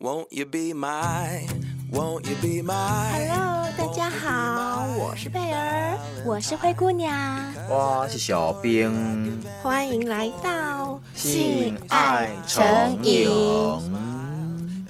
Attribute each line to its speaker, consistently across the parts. Speaker 1: Won't you be my? Won't you be my?
Speaker 2: Hello，大家好，我是贝儿，我是灰姑娘，
Speaker 3: 我是小兵，
Speaker 2: 欢迎来到
Speaker 3: 性爱成瘾。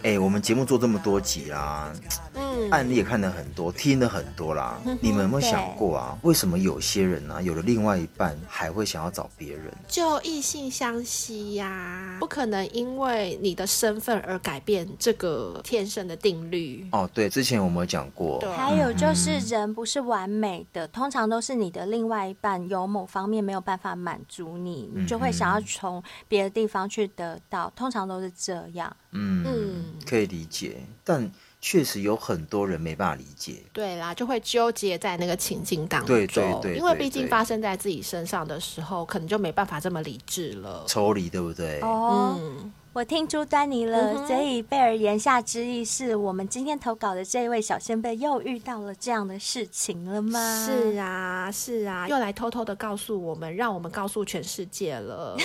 Speaker 3: 哎、我们节目做这么多集啊，
Speaker 2: 嗯，
Speaker 3: 案例也看了很多，听了很多啦。你们有没有想过啊，为什么有些人呢、啊，有了另外一半还会想要找别人？
Speaker 4: 就异性相吸呀、不可能因为你的身份而改变这个天生的定律。
Speaker 3: 哦，对，之前我们有讲过
Speaker 4: 对，
Speaker 2: 还有就是人不是完美的，通常都是你的另外一半有某方面没有办法满足你，你就会想要从别的地方去得到，通常都是这样。
Speaker 3: 嗯，
Speaker 4: 嗯，
Speaker 3: 可以理解，但确实有很多人没办法理解。
Speaker 4: 对啦，就会纠结在那个情境当中。
Speaker 3: 对对对对
Speaker 4: 因为毕竟
Speaker 3: 对
Speaker 4: 发生在自己身上的时候，可能就没办法这么理智了。
Speaker 3: 抽离对不对？
Speaker 2: 哦，
Speaker 4: 嗯，
Speaker 2: 我听出端倪了，
Speaker 4: 嗯哼
Speaker 2: 所以贝尔言下之意是我们今天投稿的这一位小先辈又遇到了这样的事情了吗？
Speaker 4: 是啊，是啊，又来偷偷的告诉我们，让我们告诉全世界了。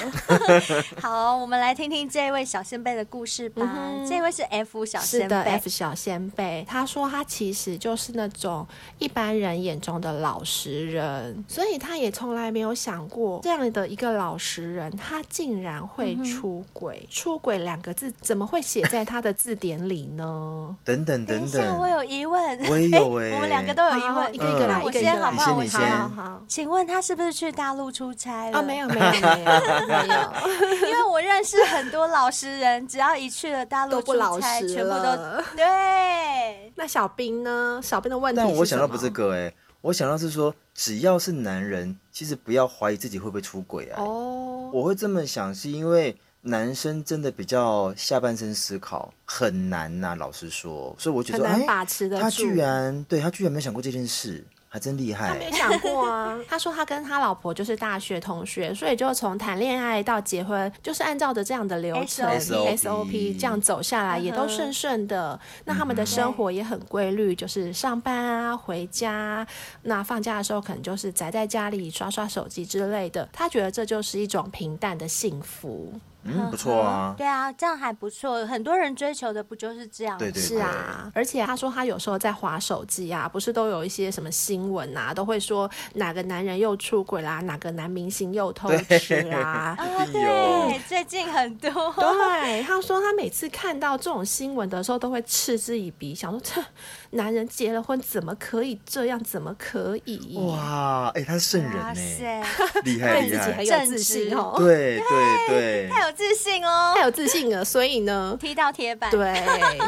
Speaker 2: 好，我们来听听这位小先辈的故事吧。
Speaker 4: 嗯哼
Speaker 2: 这位是 F 小
Speaker 4: 是
Speaker 2: 先
Speaker 4: 的
Speaker 2: 辈
Speaker 4: ，F 小先辈，他说他其实就是那种一般人眼中的老实人，所以他也从来没有想过这样的一个老实人，他竟然会
Speaker 2: 嗯
Speaker 4: 出轨。出轨两个字怎么会写在他的字典里 呢？
Speaker 3: 等等
Speaker 2: 等一
Speaker 3: 等
Speaker 2: 下，我
Speaker 3: 等，
Speaker 2: 有疑问。
Speaker 3: 我也有哎
Speaker 2: 我们两个都有疑
Speaker 4: 好
Speaker 2: 问，
Speaker 4: 一个一个来，
Speaker 2: 那我
Speaker 4: 一个一
Speaker 2: 先
Speaker 4: 个
Speaker 2: 好
Speaker 4: 来。
Speaker 2: 不好？我
Speaker 3: 呃你
Speaker 2: 先啊
Speaker 3: 先。
Speaker 4: 好好。
Speaker 2: 请问他是不是去大陆出差了？
Speaker 4: 哦，没有没有没有 没有，
Speaker 2: 因为我认识很多老实人，只要一去了大陆
Speaker 4: 都
Speaker 2: 出
Speaker 4: 不老
Speaker 2: 差，
Speaker 4: 实
Speaker 2: 全部都
Speaker 4: 了
Speaker 2: 对。
Speaker 4: 那小兵呢？小兵的问题是
Speaker 3: 但
Speaker 4: 什么，啊
Speaker 3: 我想到不这个哎、我想到是说，只要是男人，其实不要怀疑自己会不会出轨啊。
Speaker 4: 哦，
Speaker 3: 我会这么想，是因为男生真的比较下半身思考很难呐、老实说，所以我觉
Speaker 4: 很
Speaker 3: 得，
Speaker 4: 难
Speaker 3: 哎、
Speaker 4: 把持得住。
Speaker 3: 他居然对他居然没有想过这件事，还真厉
Speaker 4: 他没
Speaker 3: 害。
Speaker 4: 想过啊。 他说他跟他老婆就是大学同学，所以就从谈恋爱到结婚，就是按照着这样的流程
Speaker 3: SOP
Speaker 4: SOP 这样走下
Speaker 2: 嗯
Speaker 4: 来，
Speaker 2: 哼
Speaker 4: 也都顺顺的。那他们的生活也很规律，就是上班啊、回家啊，那放假的时候可能就是宅在家里刷刷手机之类的。他觉得这就是一种平淡的幸福。
Speaker 3: 嗯，不错啊。
Speaker 2: 对啊，这样还不错。很多人追求的不就是这样？
Speaker 3: 对对
Speaker 4: 是啊，而且他说他有时候在划手机啊，不是都有一些什么新闻啊，都会说哪个男人又出轨啦、哪个男明星又偷吃 啊。
Speaker 2: 啊，
Speaker 3: 一定有
Speaker 2: 对，最近很多。
Speaker 4: 对，他说他每次看到这种新闻的时候，都会嗤之以鼻，想说这 男人结了婚怎么可以这样，怎么可以？
Speaker 3: 哇，哎、他是圣人
Speaker 2: 哇
Speaker 3: 呢、
Speaker 2: 塞，
Speaker 3: 厉害
Speaker 4: 对
Speaker 3: 厉
Speaker 4: 自己很
Speaker 3: 害。
Speaker 4: 有自信哦，
Speaker 3: 对对对，
Speaker 2: 太有自信哦
Speaker 4: 太，有自信了，所以呢，
Speaker 2: 踢到铁板。
Speaker 4: 对，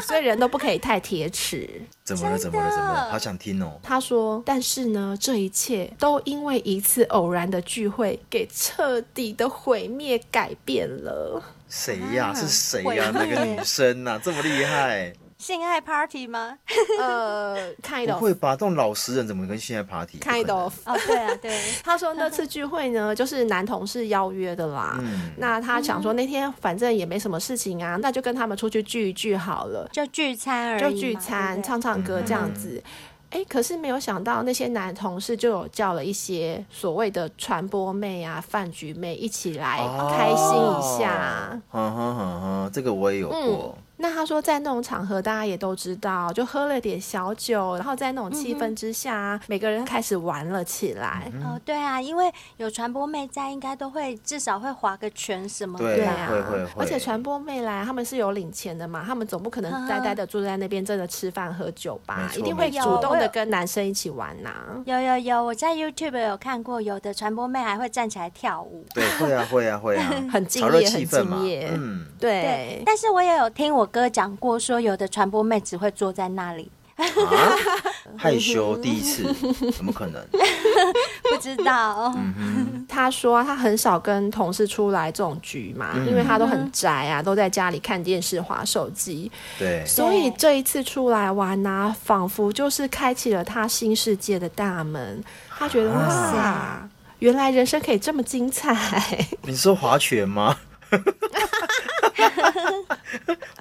Speaker 4: 所以人都不可以太铁齿。
Speaker 3: 怎么了怎么了怎么了？好想听哦。
Speaker 4: 他说：“但是呢，这一切都因为一次偶然的聚会给彻底的毁灭、改变 了。
Speaker 3: 谁
Speaker 4: 啊
Speaker 3: 呀、是谁
Speaker 2: 毁
Speaker 3: 呀、那个女生呐、这么厉害？
Speaker 2: 性爱 party 吗？
Speaker 4: 呃，kind
Speaker 3: 不
Speaker 4: of，
Speaker 3: 会吧？这种老实人怎么跟现在 party？不可
Speaker 4: kind
Speaker 3: 能
Speaker 4: of。
Speaker 2: 哦，对啊，对，
Speaker 4: 他说那次聚会呢，就是男同事邀约的啦。
Speaker 3: 嗯
Speaker 4: 那他想说那天反正也没什么事情啊，那就跟他们出去聚一聚好了，
Speaker 2: 就聚餐而已
Speaker 4: 就
Speaker 2: 嘛，
Speaker 4: 聚
Speaker 2: 对
Speaker 4: 餐、
Speaker 2: 不对
Speaker 4: 唱唱歌这样子。
Speaker 3: 嗯
Speaker 4: 哎，可是没有想到那些男同事就有叫了一些所谓的传播妹啊、饭局妹一起来
Speaker 3: 哦
Speaker 4: 开心一下。
Speaker 3: 哼哼哼哼，这个我也有过。
Speaker 4: 那他说，在那种场合，大家也都知道，就喝了点小酒，然后在那种气氛之下啊，每个人开始玩了起来。
Speaker 2: 哦，对啊，因为有传播妹在，应该都会至少会划个拳什么的。
Speaker 3: 对
Speaker 4: 啊
Speaker 3: 会会会
Speaker 4: 而且传播妹来，他们是有领钱的嘛，他们总不可能呆呆的坐在那边真的吃饭喝酒吧
Speaker 3: 没，错
Speaker 4: 一定会
Speaker 3: 没错
Speaker 4: 主动的跟男生一起玩呐、
Speaker 2: 有有有，我在 YouTube 有看过，有的传播妹还会站起来跳舞。
Speaker 3: 对，会啊会啊会啊，
Speaker 4: 很敬
Speaker 3: 炒热
Speaker 4: 业，
Speaker 3: 气
Speaker 4: 很
Speaker 3: 氛嘛
Speaker 4: 敬。业。
Speaker 3: 嗯，
Speaker 4: 对，
Speaker 2: 但是我也有听我哥讲过，说有的传播妹只会坐在那 里，
Speaker 3: 啊，害
Speaker 4: 嗯
Speaker 3: 羞第一次，怎么可能？
Speaker 2: 不知道。
Speaker 3: 嗯
Speaker 4: 他说他很少跟同事出来这种局嘛，
Speaker 3: 嗯
Speaker 4: 因为他都很宅啊，都在家里看电视、划手机。
Speaker 3: 对，
Speaker 4: 所以这一次出来玩呐、仿佛就是开启了他新世界的大门。他觉得
Speaker 3: 哇
Speaker 4: 哇，原来人生可 以这么精彩。
Speaker 3: 你说划拳吗？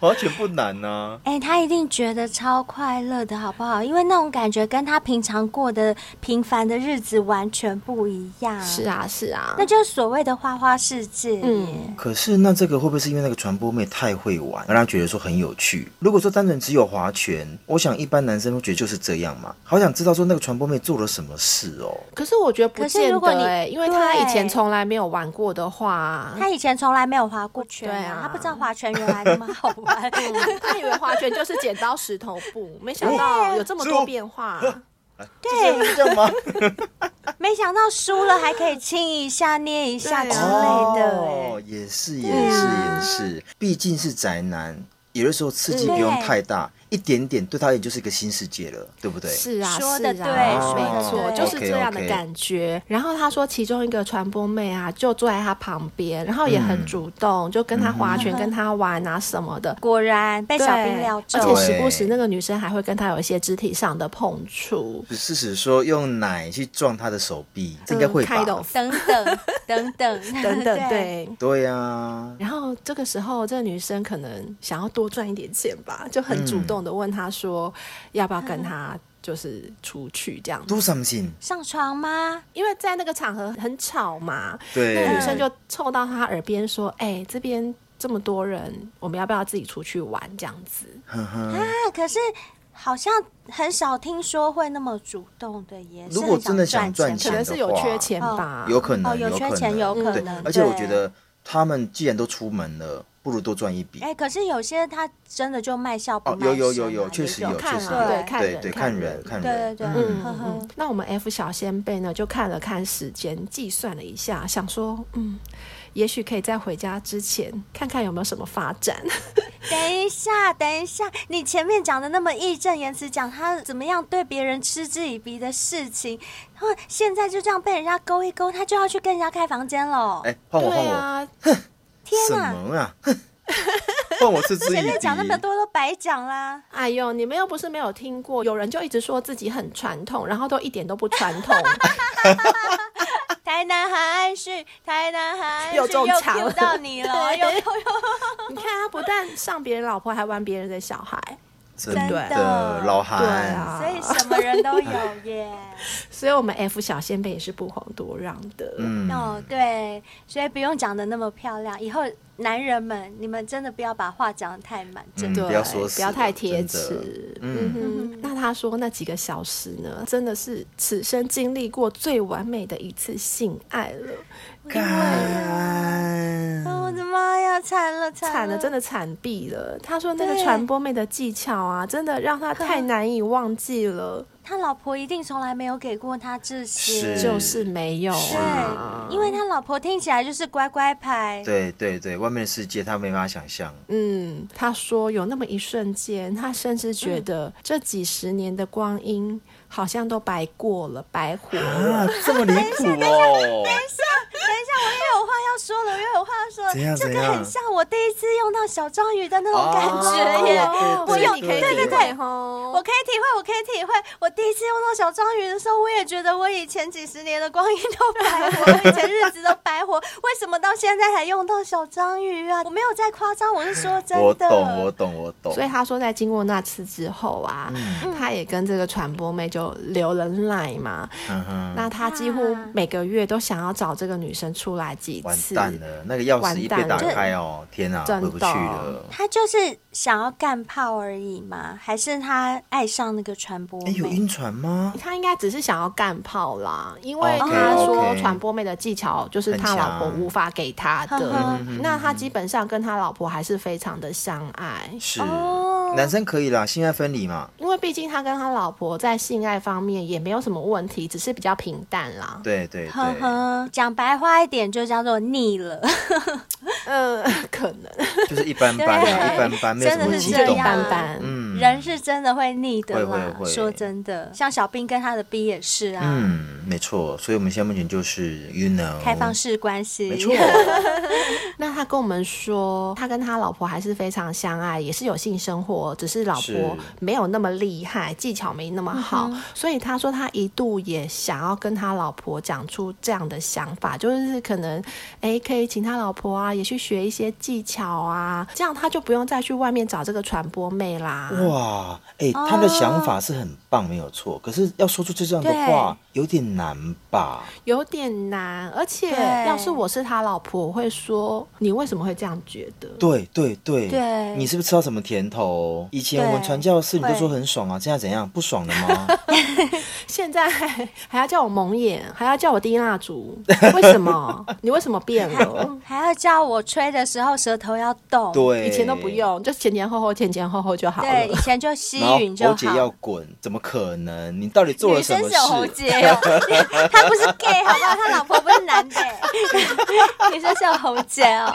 Speaker 3: 完全不难啊呐、
Speaker 2: 哎、他一定觉得超快乐的，好不好？因为那种感觉跟他平常过的平凡的日子完全不一样。
Speaker 4: 是，啊，是啊
Speaker 2: 那，就是所谓的花花世界。
Speaker 4: 嗯
Speaker 2: 嗯，
Speaker 3: 可是那这个会不会是因为那个传播妹太会玩，让她觉得说很有趣？如果说单纯只有划拳，我想一般男生会觉得就是这样嘛。好想知道说那个传播妹做了什么事哦。
Speaker 4: 可是我觉得不
Speaker 2: 可是
Speaker 4: 见
Speaker 2: 如果
Speaker 4: 得
Speaker 2: 你
Speaker 4: 哎、因为他以前
Speaker 2: 对
Speaker 4: 从来没有玩过的话，
Speaker 2: 他以前从来没有划过拳、
Speaker 4: 对啊
Speaker 2: 他不知道划拳原来那么好 玩。
Speaker 4: 他以为划拳就是剪刀石头布，没想到
Speaker 2: 啊
Speaker 4: 有这么多变化。
Speaker 2: 对，
Speaker 3: 这 样吗？
Speaker 2: 没想到输了还可以亲一下、捏一下之
Speaker 4: 对
Speaker 2: 类
Speaker 4: 啊
Speaker 2: 的、哎
Speaker 3: 哦，也是，
Speaker 2: 啊
Speaker 3: 也是，也是，毕竟是宅男，有的时候刺激不用太大，一点点对他也就是一个新世界了，对不对？
Speaker 4: 是啊，
Speaker 2: 说
Speaker 4: 是
Speaker 2: 得
Speaker 4: 啊哦
Speaker 2: 对
Speaker 3: 说
Speaker 4: 没
Speaker 3: 得
Speaker 4: 错，
Speaker 3: 对
Speaker 4: 就是这样的感觉。然后他说，其中一个传播妹啊，就坐在他旁边，然后也很主动，就跟他划拳、跟他玩啊什么的。
Speaker 2: 果然被
Speaker 4: 对
Speaker 2: 小兵料中
Speaker 4: 而，且时不时
Speaker 3: 对
Speaker 4: 那个女生还会跟他有一些肢体上的碰触，嗯
Speaker 3: 事实说用奶去撞他的手臂，这应该
Speaker 4: 嗯
Speaker 3: 会
Speaker 4: 开的
Speaker 3: 吧？
Speaker 2: 等等等 等，
Speaker 4: 等等，对。
Speaker 3: 对啊呀，
Speaker 4: 然后这个时候，这个女生可能想要多赚一点钱吧，就很主动的问他说，要不要跟他就是出去这样子
Speaker 3: do something，
Speaker 2: 上床吗？
Speaker 4: 因为在那个场合很吵嘛，
Speaker 3: 对，
Speaker 4: 那个女生就凑到他耳边说：“哎、这边这么多人，我们要不要自己出去玩？”这样子，
Speaker 3: 呵呵。
Speaker 2: 啊，可是好像很少听说会那么主动的耶。
Speaker 3: 如果真的想
Speaker 2: 赚
Speaker 3: 赚
Speaker 4: 可
Speaker 3: 钱
Speaker 4: 能是有缺钱
Speaker 2: 钱的
Speaker 4: 吧，
Speaker 3: 有可能，
Speaker 2: 哦有缺
Speaker 3: 可
Speaker 2: 钱
Speaker 3: 能，
Speaker 2: 有可
Speaker 3: 对
Speaker 2: 能
Speaker 3: 而且我
Speaker 2: 对
Speaker 3: 觉得他们既然都出门了，不如多赚一笔
Speaker 2: 哎、。可是有些他真的就卖笑不
Speaker 3: 哦
Speaker 2: 卖，身啊、
Speaker 3: 有有有
Speaker 2: 也
Speaker 3: 有，确实有，
Speaker 4: 看
Speaker 3: 确实
Speaker 4: 啊
Speaker 2: 对
Speaker 3: 有，
Speaker 4: 看
Speaker 3: 对
Speaker 4: 人
Speaker 3: 对，
Speaker 4: 看
Speaker 3: 看人
Speaker 4: 人
Speaker 3: 看
Speaker 2: 对对
Speaker 3: 人，
Speaker 2: 对，
Speaker 3: 嗯
Speaker 2: 呵呵
Speaker 4: 嗯，那我们 F 小先辈呢，就看了看时间，计算了一下，想说，嗯，也许可以在回家之前看看有没有什么发 展。
Speaker 2: 等一下，等一下，你前面讲的那么义正言辞，讲他怎么样对别人嗤之以鼻的事情，然后现在就这样被人家勾一勾，他就要去跟人家开房间了。
Speaker 3: 哎，换我换
Speaker 4: 对
Speaker 3: 我，
Speaker 4: 啊，
Speaker 2: 天
Speaker 3: 什
Speaker 2: 哪，
Speaker 3: 么啊？ 哼换我嗤之以
Speaker 2: 前
Speaker 3: 鼻
Speaker 2: 面。讲那么多都白讲啦。
Speaker 4: 哎呦，你们又不是没有听过，有人就一直说自己很传统，然后都一点都不传 统。
Speaker 2: 台南韩爱旭，台南韩爱旭
Speaker 4: 又中枪
Speaker 2: Q
Speaker 4: 了
Speaker 2: 到你了，又又
Speaker 4: 你看他不但上别人老婆，还玩别人的小孩，
Speaker 3: 真
Speaker 2: 真
Speaker 3: 的
Speaker 2: 的
Speaker 3: 老
Speaker 4: 对
Speaker 3: 韩，
Speaker 4: 啊
Speaker 2: 所。以什么人都有耶。
Speaker 4: 所以我们 F 小先辈也是不遑多让的。
Speaker 3: 嗯，
Speaker 2: 哦，对，所以不用讲的那么漂亮。以后男人们，你们真的不要把话讲得太满，真的。
Speaker 4: 对，
Speaker 3: 嗯不要说死
Speaker 4: 不要太贴
Speaker 3: 真的
Speaker 4: 齿。
Speaker 3: 嗯
Speaker 4: 嗯哼，那他说那几个小时呢，真的是此生经历过最完美的一次性爱了，
Speaker 2: 哦我
Speaker 3: 干，
Speaker 2: 的妈呀，惨了惨了，
Speaker 4: 惨了，真的惨毙了。他说那个
Speaker 2: 对
Speaker 4: 传播妹的技巧啊，真的让他太难以忘记了，
Speaker 2: 他老婆一定从来没有给过他这些。
Speaker 3: 是
Speaker 4: 就是没有
Speaker 2: 对
Speaker 4: 啊，，
Speaker 2: 因为他老婆听起来就是乖乖牌。
Speaker 3: 对对对，外面的世界他没办法想象，
Speaker 4: 嗯，他说有那么一瞬间，他甚至觉得这几十年的光阴好像都白过了，白活了。
Speaker 3: 啊，这么离谱哦！
Speaker 2: 等一下，我又有话要说了，我又有话要说了。
Speaker 3: 怎样
Speaker 2: 这
Speaker 3: 怎
Speaker 2: 个
Speaker 3: 样
Speaker 2: 很像我第一次用到小章鱼的那种感觉耶。
Speaker 3: 哦
Speaker 2: 我
Speaker 3: 对
Speaker 2: 有，
Speaker 3: 对
Speaker 2: 对
Speaker 3: 对
Speaker 2: 对
Speaker 3: 对
Speaker 2: 对，
Speaker 4: 吼
Speaker 2: 我可以体会，我可以体会。我第一次用到小章鱼的时候，我也觉得我以前几十年的光阴都白 活，我以前日子都白活，为什么到现在才用到小章鱼啊？我没有在夸张，我是说真
Speaker 3: 我
Speaker 2: 的。
Speaker 3: 懂，我懂，我懂。
Speaker 4: 所以他说，在经过那次之后啊，
Speaker 3: 嗯
Speaker 4: 他也跟这个传播妹就留了 line 嘛。
Speaker 3: 嗯哼，
Speaker 4: 那他几乎
Speaker 2: 啊
Speaker 4: 每个月都想要找这个女生出来几
Speaker 3: 完
Speaker 4: 次，
Speaker 3: 蛋了，那个钥匙一被打开哦，天哪，
Speaker 4: 真的
Speaker 3: 回不去了。
Speaker 2: 他就是想要干炮而已嘛，还是他爱上那个传播
Speaker 3: 哎，有
Speaker 2: 妹？
Speaker 3: 晕船吗？
Speaker 4: 他应该只是想要干炮啦，因为
Speaker 3: 哦 OK，
Speaker 4: 他说
Speaker 3: OK
Speaker 4: 传播妹的技巧就是他老婆
Speaker 3: 很强
Speaker 4: 无法给他
Speaker 3: 嗯
Speaker 2: 呵
Speaker 4: 的
Speaker 2: 呵，
Speaker 4: 那他基本上跟他老婆还是非常的相爱，
Speaker 3: 是
Speaker 2: 哦，
Speaker 3: 男生可以啦，性爱分离嘛。
Speaker 4: 因为毕竟他跟他老婆在性爱方面也没有什么问题，只是比较平淡啦。
Speaker 3: 对对
Speaker 2: 呵
Speaker 3: 对，
Speaker 2: 呵，讲白话一点就叫做腻了，
Speaker 4: 嗯，可能
Speaker 3: 就是一般般啦，
Speaker 2: 对
Speaker 3: 一般般，没有
Speaker 2: 真
Speaker 3: 什么
Speaker 2: 的是
Speaker 3: 激
Speaker 2: 这
Speaker 3: 动
Speaker 4: 一
Speaker 2: 样
Speaker 4: 般
Speaker 3: 啊。
Speaker 4: 般。
Speaker 3: 嗯
Speaker 2: 人是真的会腻的
Speaker 3: 会
Speaker 2: 啦
Speaker 3: 会。会
Speaker 2: 说真的，像小兵跟他的 B 也是啊，
Speaker 3: 嗯，没错。所以我们现在目前就是 you know
Speaker 2: 开放，式关系，
Speaker 3: 没错。
Speaker 4: 那他跟我们说，他跟他老婆还是非常相爱，也是有性生活，只是老
Speaker 3: 是
Speaker 4: 婆没有那么厉害，技巧没那么好，所以他说他一度也想要跟他老婆讲出这样的想法，就是可能哎可以请他老婆啊，也去学一些技巧啊，这样他就不用再去外面找这个传播妹啦。
Speaker 2: 啊
Speaker 3: 哇，哎、他的想法是很棒，没有错。可是要说出这样的话，有点难吧？
Speaker 4: 有点难，而且
Speaker 2: 对
Speaker 4: 要是我是他老婆，我会说你为什么会这样觉得？
Speaker 3: 对对对，
Speaker 2: 对
Speaker 3: 你是不是吃到什么甜头？以前我们
Speaker 2: 对
Speaker 3: 传教士你都
Speaker 2: 会
Speaker 3: 说很爽啊，现在怎样？不爽了 吗？
Speaker 4: 现在 还还要叫我蒙眼，还要叫我滴蜡烛，为什 么？你为什么变了？
Speaker 2: 还要叫我吹的时候舌头要动。
Speaker 3: 对，
Speaker 4: 以前都不。用，就前前后后、前前后后就好
Speaker 2: 对，
Speaker 4: 了
Speaker 2: 以。前就吸
Speaker 3: 然后
Speaker 2: 吮就
Speaker 3: 喉结要
Speaker 2: 好。
Speaker 3: 滚，怎么可能？你到底做
Speaker 2: 女
Speaker 3: 了什
Speaker 2: 生
Speaker 3: 么
Speaker 2: 是有喉
Speaker 3: 事？
Speaker 2: 结哦， 他不是 gay 好不好？他老婆不是男的， 女生是有喉结哦。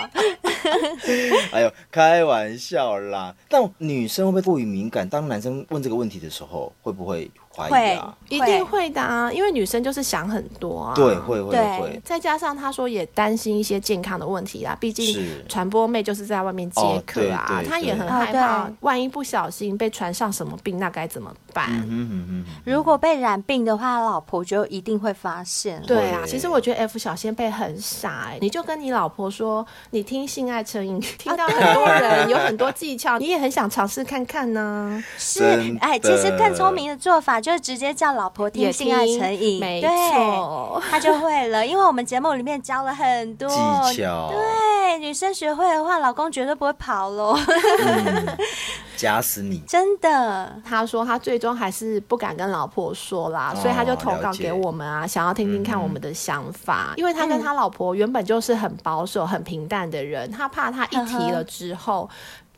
Speaker 3: 哎呦，开玩笑啦！但女生会不会过于敏感？当男生问这个问题的时候，会不会怀疑啊？
Speaker 4: 一定会的啊，因为女生就是想很多啊。
Speaker 3: 对，会会
Speaker 2: 对
Speaker 3: 会。
Speaker 4: 再加上他说也担心一些健康的问题啦，毕竟
Speaker 3: 是
Speaker 4: 传播妹就是在外面接
Speaker 3: 哦
Speaker 4: 客
Speaker 3: 对
Speaker 4: 啊，
Speaker 3: 对
Speaker 4: 她也很
Speaker 3: 对
Speaker 4: 害怕
Speaker 2: 哦对，
Speaker 4: 万一不小心被传上什么病，那该怎么办？
Speaker 3: 嗯哼哼
Speaker 2: 如果被染病的话，老婆就一定会发现。
Speaker 4: 对啊，
Speaker 3: 对
Speaker 4: 其实我觉得 F 小仙贝很傻哎、你就跟你老婆说，你听性爱成
Speaker 2: 啊
Speaker 4: 瘾， 听到很多人有很多技巧，你也很想尝试看看呢、
Speaker 2: 是
Speaker 3: 真，
Speaker 2: 哎，其实
Speaker 3: 的
Speaker 2: 更聪明的做法就是直接叫老婆听
Speaker 4: 也
Speaker 2: 性爱
Speaker 4: 听
Speaker 2: 成瘾，
Speaker 4: 没错
Speaker 2: 对，她就会了。因为我们节目里面教了很多
Speaker 3: 哼，技巧
Speaker 2: 对，女生学会的话，老公绝对不会跑喽，嗯
Speaker 3: 夹死你。
Speaker 2: 真的。
Speaker 4: 他说他最终还是不敢跟老婆说啦，
Speaker 2: 哦
Speaker 4: 所以他就投稿给我们啊，想要听听看我们的想
Speaker 2: 嗯
Speaker 4: 法，因为他跟他老婆原本就是很保守、很平淡的人，他怕他一提了之后。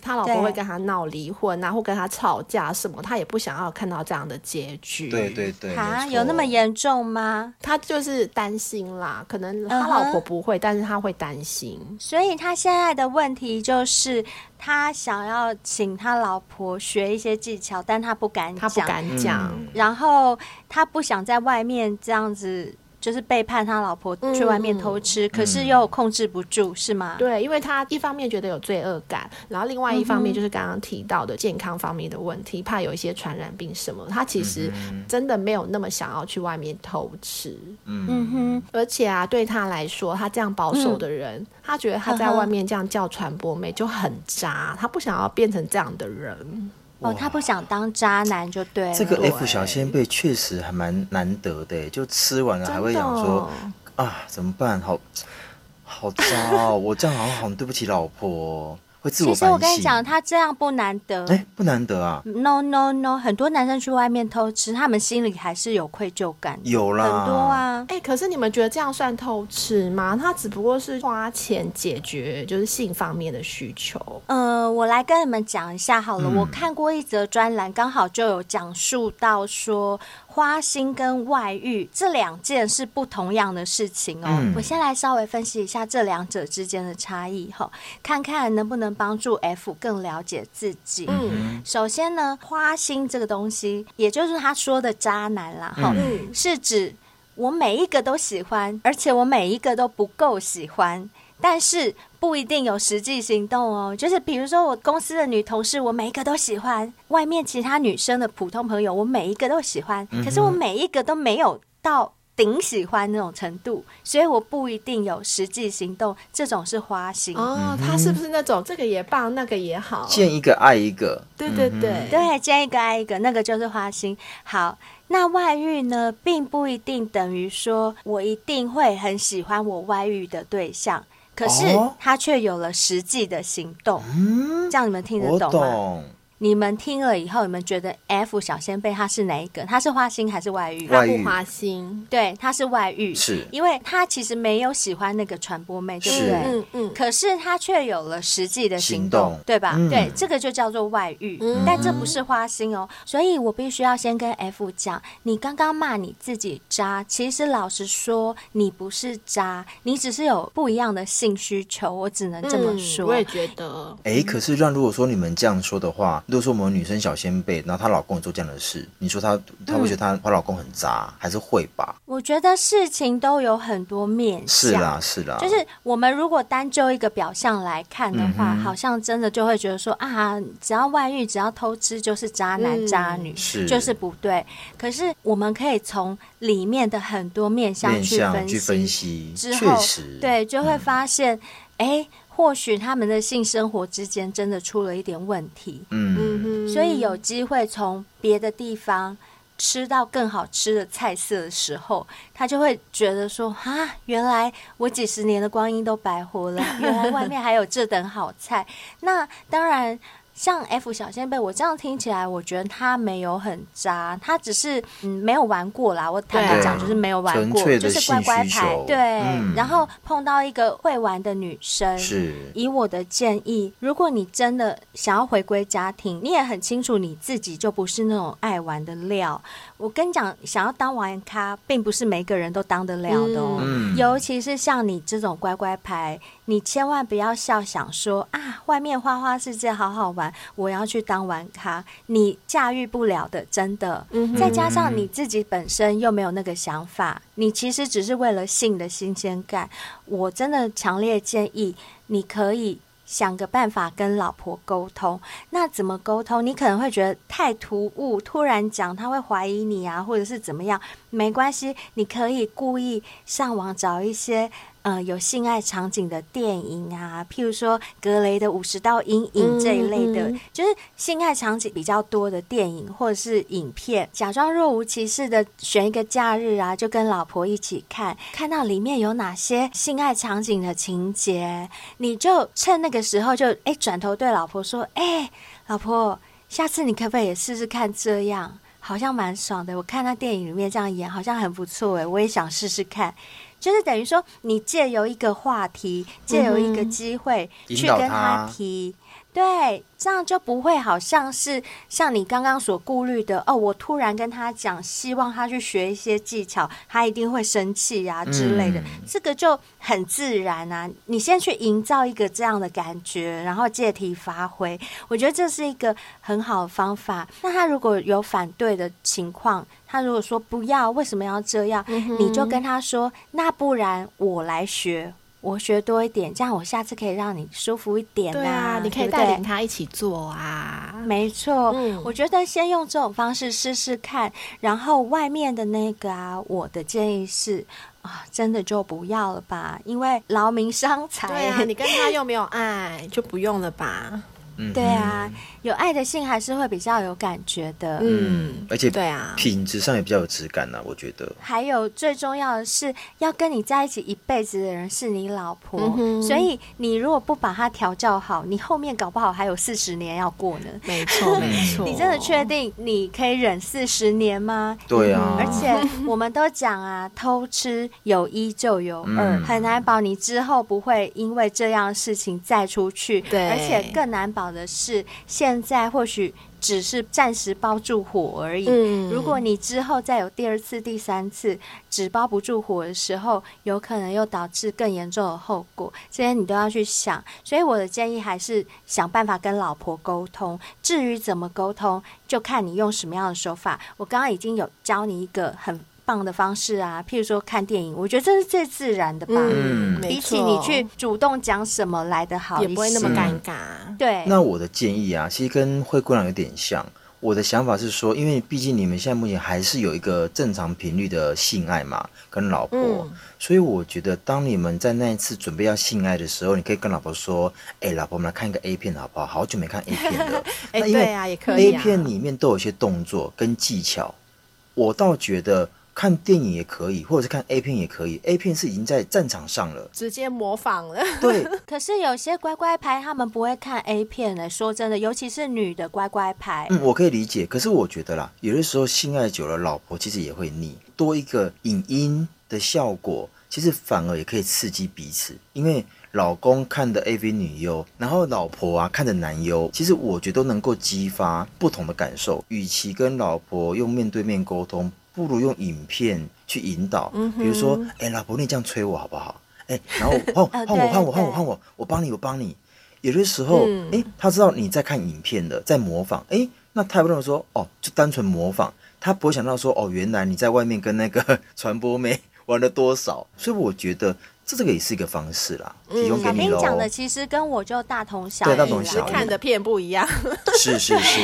Speaker 4: 他老婆
Speaker 2: 对
Speaker 4: 会跟他闹离婚啊，或跟他吵架什么，他也不想要看到这样的结局。
Speaker 3: 对对对，
Speaker 2: 啊，
Speaker 3: 没错
Speaker 2: 有那么？严重吗？
Speaker 4: 他就是担心啦，可能
Speaker 2: 嗯
Speaker 4: 他
Speaker 2: 哼
Speaker 4: 老婆不会，但是他会担心。
Speaker 2: 所以他现在的问题就是，他想要请他老婆学一些技巧，但他不敢
Speaker 4: 他
Speaker 2: 讲，
Speaker 4: 不敢讲，
Speaker 3: 嗯
Speaker 2: 然后他不想在外面这样子，就是背叛他老婆去外面偷
Speaker 3: 嗯
Speaker 2: 吃，可是又控制不住，是吗？
Speaker 4: 对，因为他一方面觉得有罪恶感，然后另外一
Speaker 3: 嗯
Speaker 4: 方面就是刚刚提到的健康方面的问题，怕有一些传染病什么，他其实
Speaker 3: 嗯
Speaker 4: 真的没有那么想要去外面偷吃。
Speaker 2: 嗯哼，
Speaker 4: 而且啊，对他来说，他这样保守的人，
Speaker 3: 嗯
Speaker 4: 他觉得他在外面这样叫传播妹就很渣，他不想要变成这样的
Speaker 3: 嗯
Speaker 4: 人。
Speaker 2: 哦，他不想当渣男就对了。
Speaker 3: 这个 F 小先贝确实还蛮难得的，欸就吃完了还会想说啊，怎么办？好好渣哦，我这样好像很对不起老婆哦，会自
Speaker 2: 其
Speaker 3: 我
Speaker 2: 实
Speaker 3: 反省。
Speaker 2: 我跟你讲，他这样不难得。
Speaker 3: 哎，不难得啊，
Speaker 2: No no no，很多男生去外面偷吃，他们心里还是有愧疚感的，
Speaker 3: 有啦，
Speaker 2: 很多。啊。
Speaker 4: 哎、可是你们觉得这样算偷吃吗？他只不过是花钱解决就是性方面的需求。
Speaker 2: 呃，我来跟你们讲一下好
Speaker 4: 嗯
Speaker 2: 了。我看过一则专栏，刚好就有讲述到说花心跟外遇这两件是不同样的事情哦。
Speaker 3: 嗯
Speaker 2: 我先来稍微分析一下这两者之间的差异哈，看看能不能帮助 F 更了解自己。
Speaker 4: 嗯
Speaker 2: 首先呢，花心这个东西，也就是他说的渣男啦，哈、
Speaker 4: 嗯
Speaker 2: 是指我每一个都喜欢，而且我每一个都不够喜欢，但是不一定有实际行动哦。就是比如说我公司的女同事，我每一个都喜欢；外面其他女生的普通朋友，我每一个都喜欢，可是我每一个都没有到。顶喜欢那种程度，所以我不一定有实际行动，这种是花心。
Speaker 4: 哦，他是不是那种这个也棒，那个也好？
Speaker 3: 见一个爱一个，嗯
Speaker 4: 对对对
Speaker 2: 对，见一个爱一个，那个就是花心。好，那外遇呢，并不一定等于说我一定会很喜欢我外遇的对象，可是
Speaker 3: 哦
Speaker 2: 他却有了实际的行动。
Speaker 3: 嗯，
Speaker 2: 这样你们听得
Speaker 3: 我
Speaker 2: 懂吗？
Speaker 3: 懂，
Speaker 2: 你们听了以后，你们觉得 F 小先贝他是哪一个？他是花心还是外遇？
Speaker 3: 外
Speaker 4: 不
Speaker 3: 遇
Speaker 4: 花心。
Speaker 2: 对，他是外遇，
Speaker 3: 是
Speaker 2: 因为他其实没有喜欢那个传播妹，对不
Speaker 3: 是
Speaker 2: 对？
Speaker 4: 嗯嗯
Speaker 2: 可是他却有了实际的行动，
Speaker 3: 行动
Speaker 2: 对吧？
Speaker 3: 嗯
Speaker 2: 对，这个就叫做外遇，
Speaker 4: 嗯
Speaker 2: 但这不是花心哦。所以我必须要先跟 F 讲，你刚刚骂你自己渣，其实老实说，你不是渣，你只是有不一样的性需求，我只能这么说。
Speaker 4: 嗯我也觉得。
Speaker 2: 嗯
Speaker 3: 哎，可是让如果说你们这样说的话，如果说我们女生小先辈，然后她老公也做这样的事，你说她她
Speaker 2: 嗯
Speaker 3: 会觉得她她老公很渣，还是会吧？
Speaker 2: 我觉得事情都有很多面
Speaker 3: 是
Speaker 2: 向。
Speaker 3: 啦是啦，
Speaker 2: 就是我们如果单就一个表象来看的
Speaker 3: 嗯
Speaker 2: 话，好像真的就会觉得说啊，只要外遇，只要偷吃就是渣男、
Speaker 4: 嗯
Speaker 2: 渣女，
Speaker 3: 是
Speaker 2: 就是不对。可是我们可以从里面的很多面向
Speaker 3: 面
Speaker 2: 去
Speaker 3: 向
Speaker 2: 分
Speaker 3: 去
Speaker 2: 析，
Speaker 3: 分析，
Speaker 2: 之
Speaker 3: 确
Speaker 2: 后
Speaker 3: 实，嗯
Speaker 2: 对，就会发现，哎、或许他们的性生活之间真的出了一点问题，
Speaker 3: 嗯，
Speaker 4: 嗯
Speaker 2: 所以有机会从别的地方。吃到更好吃的菜色的时候，他就会觉得说：“啊，原来我几十年的光阴都白活了，原来外面还有这等好菜。”那当然，像 F 小先辈，我这样听起来，我觉得他没有很渣，他只是嗯没有玩过啦。我坦白
Speaker 4: 对
Speaker 2: 讲，就是没有玩
Speaker 3: 啊纯
Speaker 2: 过，
Speaker 3: 粹
Speaker 2: 就
Speaker 3: 的
Speaker 2: 是
Speaker 3: 性
Speaker 2: 乖乖
Speaker 3: 需
Speaker 2: 牌
Speaker 3: 求，
Speaker 2: 对。
Speaker 3: 嗯
Speaker 2: 然后碰到一个会玩的女生，
Speaker 3: 是
Speaker 2: 以我的建议，如果你真的想要回归家庭，你也很清楚你自己就不是那种爱玩的料。我跟你讲，想要当玩咖，并不是每个人都当得了的哦。
Speaker 3: 嗯嗯
Speaker 2: 尤其是像你这种乖乖牌，你千万不要笑，想说啊，外面花花世界好好玩，我要去当玩咖，你驾驭不了的，真的。
Speaker 4: 嗯
Speaker 2: 再加上你自己本身又没有那个想法，你其实只是为了性的新鲜感。我真的强烈建议你可以想个办法跟老婆沟通。那怎么沟通？你可能会觉得太突兀，突然讲他会怀疑你啊，或者是怎么样？没关系，你可以故意上网找一些。呃，有性爱场景的电影啊，譬如说格雷的《五十道阴影啊
Speaker 4: 嗯》
Speaker 2: 这一类的，
Speaker 4: 嗯
Speaker 2: 就是性爱场景比较多的电影或者是影片，假装若无其事的选一个假日啊，就跟老婆一起看，看到里面有哪些性爱场景的情节，你就趁那个时候就哎转头对老婆说，哎，老婆，下次你可不可以也试试看这样？好像蛮爽的，我看他电影里面这样演，好像很不错哎，我也想试试看。就是等于说，你借由一个话题，借由一个机会、
Speaker 3: 引
Speaker 2: 去
Speaker 3: 嗯导
Speaker 2: 跟
Speaker 3: 他
Speaker 2: 提，对，这样就不会好像是像你刚刚所顾虑的哦，我突然跟他讲，希望他去学一些技巧，他一定会生气呀、之类的，
Speaker 3: 嗯
Speaker 2: 这个就很自然啊。你先去营造一个这样的感觉，然后借题发挥，我觉得这是一个很好的方法。那他如果有反对的情况，他如果说不要，为什么要这样？
Speaker 4: 嗯
Speaker 2: 你就跟他说，那不然我来学。我学多一点，这样我下次可以让你舒服一点
Speaker 4: 对啊，你可以
Speaker 2: 对不对
Speaker 4: 带领他一起做啊。
Speaker 2: 没错，
Speaker 4: 嗯
Speaker 2: 我觉得先用这种方式试试看，然后外面的那个啊，我的建议是啊，真的就不要了吧，因为劳民伤财。
Speaker 4: 对啊，你跟他又没有爱，就不用了吧。
Speaker 3: 嗯
Speaker 2: 对啊有爱的性还是会比较有感觉的。
Speaker 4: 嗯，
Speaker 3: 而且
Speaker 4: 对啊
Speaker 3: 品质上也比较有质感呐、我觉得。
Speaker 2: 还有最重要的是，要跟你在一起一辈子的人是你老婆，
Speaker 4: 嗯哼
Speaker 2: 所以你如果不把她调教好，你后面搞不好还有四十年要过呢。
Speaker 4: 没错没错。
Speaker 2: 你真的确定你可以忍四十年吗？
Speaker 3: 对啊，
Speaker 2: 而且我们都讲啊，偷吃有一就有二，
Speaker 3: 嗯
Speaker 2: 很难保你之后不会因为这样的事情再出去。
Speaker 4: 对
Speaker 2: 而且更难保的是，现在或许只是暂时包住火而已。
Speaker 4: 嗯
Speaker 2: 如果你之后再有第二次、第三次纸包不住火的时候，有可能又导致更严重的后果，这些你都要去想。所以我的建议还是想办法跟老婆沟通。至于怎么沟通，就看你用什么样的手法。我刚刚已经有教你一个很棒的方式啊，譬如说看电影，我觉得这是最自然的吧。
Speaker 4: 嗯，
Speaker 3: 嗯
Speaker 4: 没
Speaker 2: 比
Speaker 4: 错
Speaker 2: 起你去主动讲什么来的好一
Speaker 4: 也
Speaker 2: 些，
Speaker 4: 不会那么
Speaker 3: 干
Speaker 4: 尴尬。
Speaker 2: 对。
Speaker 3: 那我的建议啊，其实跟灰姑娘有点像。我的想法是说，因为毕竟你们现在目前还是有一个正常频率的性爱嘛，跟老婆，
Speaker 4: 嗯
Speaker 3: 所以我觉得当你们在那一次准备要性爱的时候，你可以跟老婆说：“哎、老婆，我们来看一个 A 片好不好？好久没看 A 片 了。
Speaker 4: 哎
Speaker 3: 那因为
Speaker 4: 对啊也可以啊
Speaker 3: A 片里面都有一些动作跟技巧，我倒觉得看电影也可以，或者是看 A 片也可以。A 片是已经在战场上了，
Speaker 4: 直接模仿了，
Speaker 3: 对，
Speaker 2: 可是有些乖乖牌他们不会看 A 片的、说真的，尤其是女的乖乖牌，
Speaker 3: 嗯，我可以理解，可是我觉得啦，有的时候性爱久了，老婆其实也会腻，多一个影音的效果，其实反而也可以刺激彼此，因为。老公看的 AV 女优，然后老婆啊看的男优，其实我觉得都能够激发不同的感受。与其跟老婆用面对面沟通，不如用影片去引导。
Speaker 2: 嗯
Speaker 3: 比如说， 哎、老婆，你这样催我好不好？哎、然后换
Speaker 2: 呃
Speaker 3: 换我
Speaker 2: 对
Speaker 3: 换我换我
Speaker 2: 对
Speaker 3: 换我，我帮你我帮你。有的时候，
Speaker 4: 嗯
Speaker 3: 诶，他知道你在看影片的，在模仿，诶，那太不认为说，哦，就单纯模仿，他不会想到说，哦，原来你在外面跟那个 传播妹玩了多少。所以我觉得这这个也是一个方式啦，提供给
Speaker 2: 小
Speaker 3: 你
Speaker 2: 兵
Speaker 3: 喽。
Speaker 2: 讲的其实跟我就大同小
Speaker 3: 对
Speaker 2: 异啦，
Speaker 3: 大 同
Speaker 4: 只是
Speaker 3: 小异
Speaker 4: 看的片不一样。
Speaker 3: 是是是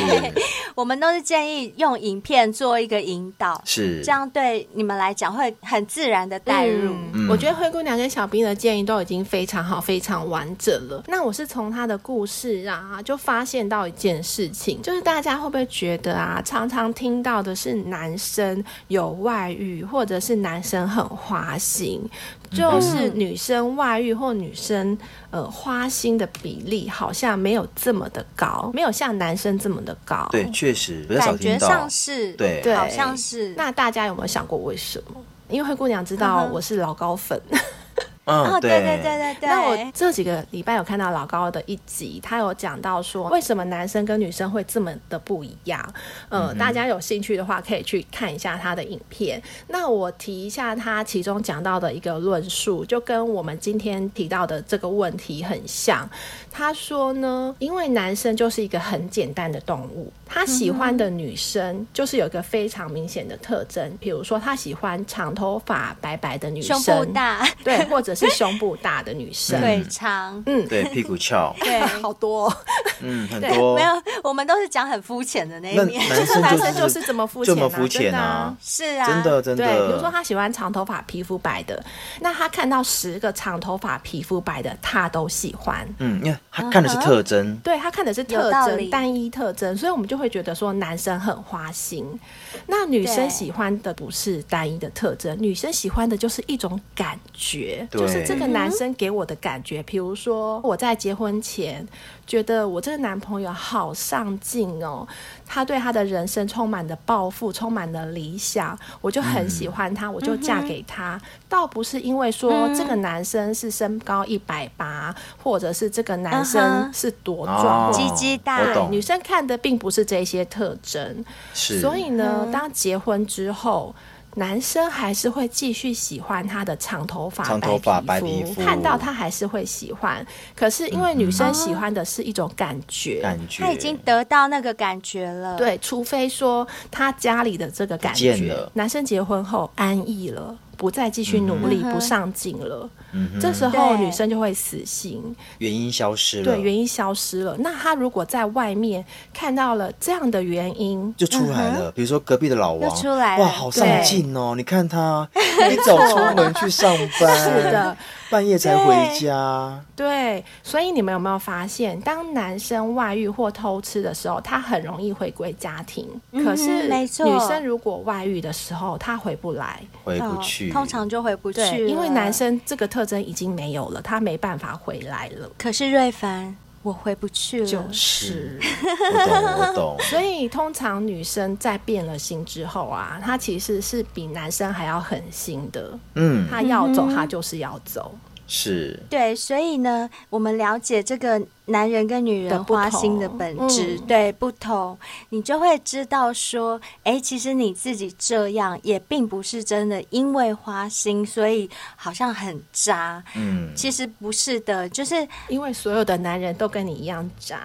Speaker 2: 我们都是建议用影片做一个引导，
Speaker 3: 是，
Speaker 2: 这样对你们来讲会很自然的带入。
Speaker 4: 嗯我觉得灰姑娘跟小兵的建议都已经非常好、非常完整了。那我是从她的故事啊，就发现到一件事情，就是大家会不会觉得啊，常常听到的是男生有外遇，或者是男生很花心，就是女生外遇或女生呃花心的比例好像没有这么的高，没有像男生这么的高。
Speaker 3: 对，确实比较少
Speaker 2: 感觉
Speaker 3: 听到
Speaker 2: 上。是，
Speaker 3: 对
Speaker 4: 对
Speaker 2: 好像是。
Speaker 4: 那大家有没有想过为什么？因为灰姑娘知道我是老高粉。
Speaker 2: 哦，
Speaker 3: 嗯，
Speaker 2: 对对对对对，
Speaker 4: 那我这几个礼拜有看到老高的一集，他有讲到说为什么男生跟女生会这么的不一样。
Speaker 2: 嗯
Speaker 4: 呃，大家有兴趣的话可以去看一下他的影片。那我提一下他其中讲到的一个论述，就跟我们今天提到的这个问题很像。他说呢，因为男生就是一个很简单的动物，他喜欢的女生就是有一个非常明显的特征，比如说他喜欢长头发、白白的女生，
Speaker 2: 胸部大，
Speaker 4: 对， 或者是胸部大的女
Speaker 3: 嗯
Speaker 4: 生。
Speaker 2: 腿长，
Speaker 3: 对屁股翘，
Speaker 2: 对。
Speaker 4: 嗯 好多、哦，
Speaker 3: 嗯，很
Speaker 4: 对
Speaker 3: 多
Speaker 2: 没。有，我们都是讲很肤浅的那一
Speaker 3: 那
Speaker 2: 面。
Speaker 3: 男生
Speaker 4: 男
Speaker 3: 就
Speaker 4: 生
Speaker 3: 是
Speaker 4: 就是这么肤
Speaker 3: 这
Speaker 4: 浅、啊，
Speaker 3: 么肤浅
Speaker 4: 真的
Speaker 3: 啊
Speaker 4: 啊。！
Speaker 2: 是啊，
Speaker 3: 真的真的，
Speaker 4: 对，比如说他喜欢长头发、皮肤白的，那他看到十个长头发、皮肤白的，他都喜欢。
Speaker 3: 嗯，因为他看的是特征，
Speaker 4: 对他看的是特
Speaker 2: 嗯有道
Speaker 4: 征，
Speaker 2: 理
Speaker 4: 单一特征，所以我们就会觉得说男生很花心，那女生
Speaker 2: 对
Speaker 4: 喜欢的不是单一的特征，女生喜欢的就是一种感觉，
Speaker 3: 对
Speaker 4: 就是这个男生给我的感觉。比如说我在结婚前觉得我这个男朋友好上进哦，他对他的人生充满了抱负，充满了理想，我就很喜欢
Speaker 2: 嗯
Speaker 4: 他，我就嫁给他，倒不是因为说这个男生是身高一百八，或者是这个男
Speaker 2: 嗯
Speaker 4: 生
Speaker 2: 哼
Speaker 4: 是多
Speaker 3: 哦
Speaker 4: 壮，
Speaker 2: 鸡鸡大
Speaker 3: 我
Speaker 4: 对，
Speaker 3: 懂，
Speaker 4: 女生看的并不是这些特征，
Speaker 3: 是，
Speaker 4: 所以呢，当结婚之后。男生还是会继续喜欢她的长头发、
Speaker 3: 长头发
Speaker 4: 白
Speaker 3: 白皮肤嗯
Speaker 4: 看到她还是会喜欢。可是因为女生喜欢的是一种感觉，
Speaker 3: 感觉
Speaker 2: 他已经得到那个感觉了。，
Speaker 4: 对，除非说他家里的这个感
Speaker 3: 不见
Speaker 4: 觉
Speaker 3: 了，
Speaker 4: 男生结婚后安逸了，不再继续努
Speaker 3: 嗯
Speaker 4: 力，不上进了，这时候
Speaker 2: 对
Speaker 4: 女生就会死心。
Speaker 3: 原因消失了，
Speaker 4: 对，原因消失了。那他如果在外面看到了这样的原因，
Speaker 3: 就出来了。比如说隔壁的老王，
Speaker 2: 嗯又出来了
Speaker 3: 哇，好上进哦！你 看他一早出门去上班，
Speaker 4: 是的，
Speaker 3: 半夜才回家，
Speaker 4: 对，所以你们有没有发现，当男生外遇或偷吃的时候，他很容易回归家庭。
Speaker 2: 嗯
Speaker 4: 可是，
Speaker 2: 没错
Speaker 4: 女生如果外遇的时候，她回不来。
Speaker 3: 回不去。
Speaker 2: 哦通常就回不去了，
Speaker 4: 对，因为男生这个特征已经没有了，他没办法回来了。
Speaker 2: 可是瑞凡，我回不去了。
Speaker 4: 就是，
Speaker 3: 我懂，我懂。
Speaker 4: 所以通常女生在变了心之后啊，她其实是比男生还要狠心的。
Speaker 3: 嗯，
Speaker 4: 她要走，她就是要走。
Speaker 3: 是
Speaker 2: 对，所以呢，我们了解这个男人跟女
Speaker 4: 的
Speaker 2: 人
Speaker 4: 不
Speaker 2: 花心的
Speaker 4: 同
Speaker 2: 本
Speaker 4: 嗯
Speaker 2: 质，对不同，你就会知道说，哎，其实你自己这样也并不是真的因为花心，所以好像很渣。
Speaker 3: 嗯
Speaker 2: 其实不是的，就是
Speaker 4: 因为所有的男人都跟你一样渣，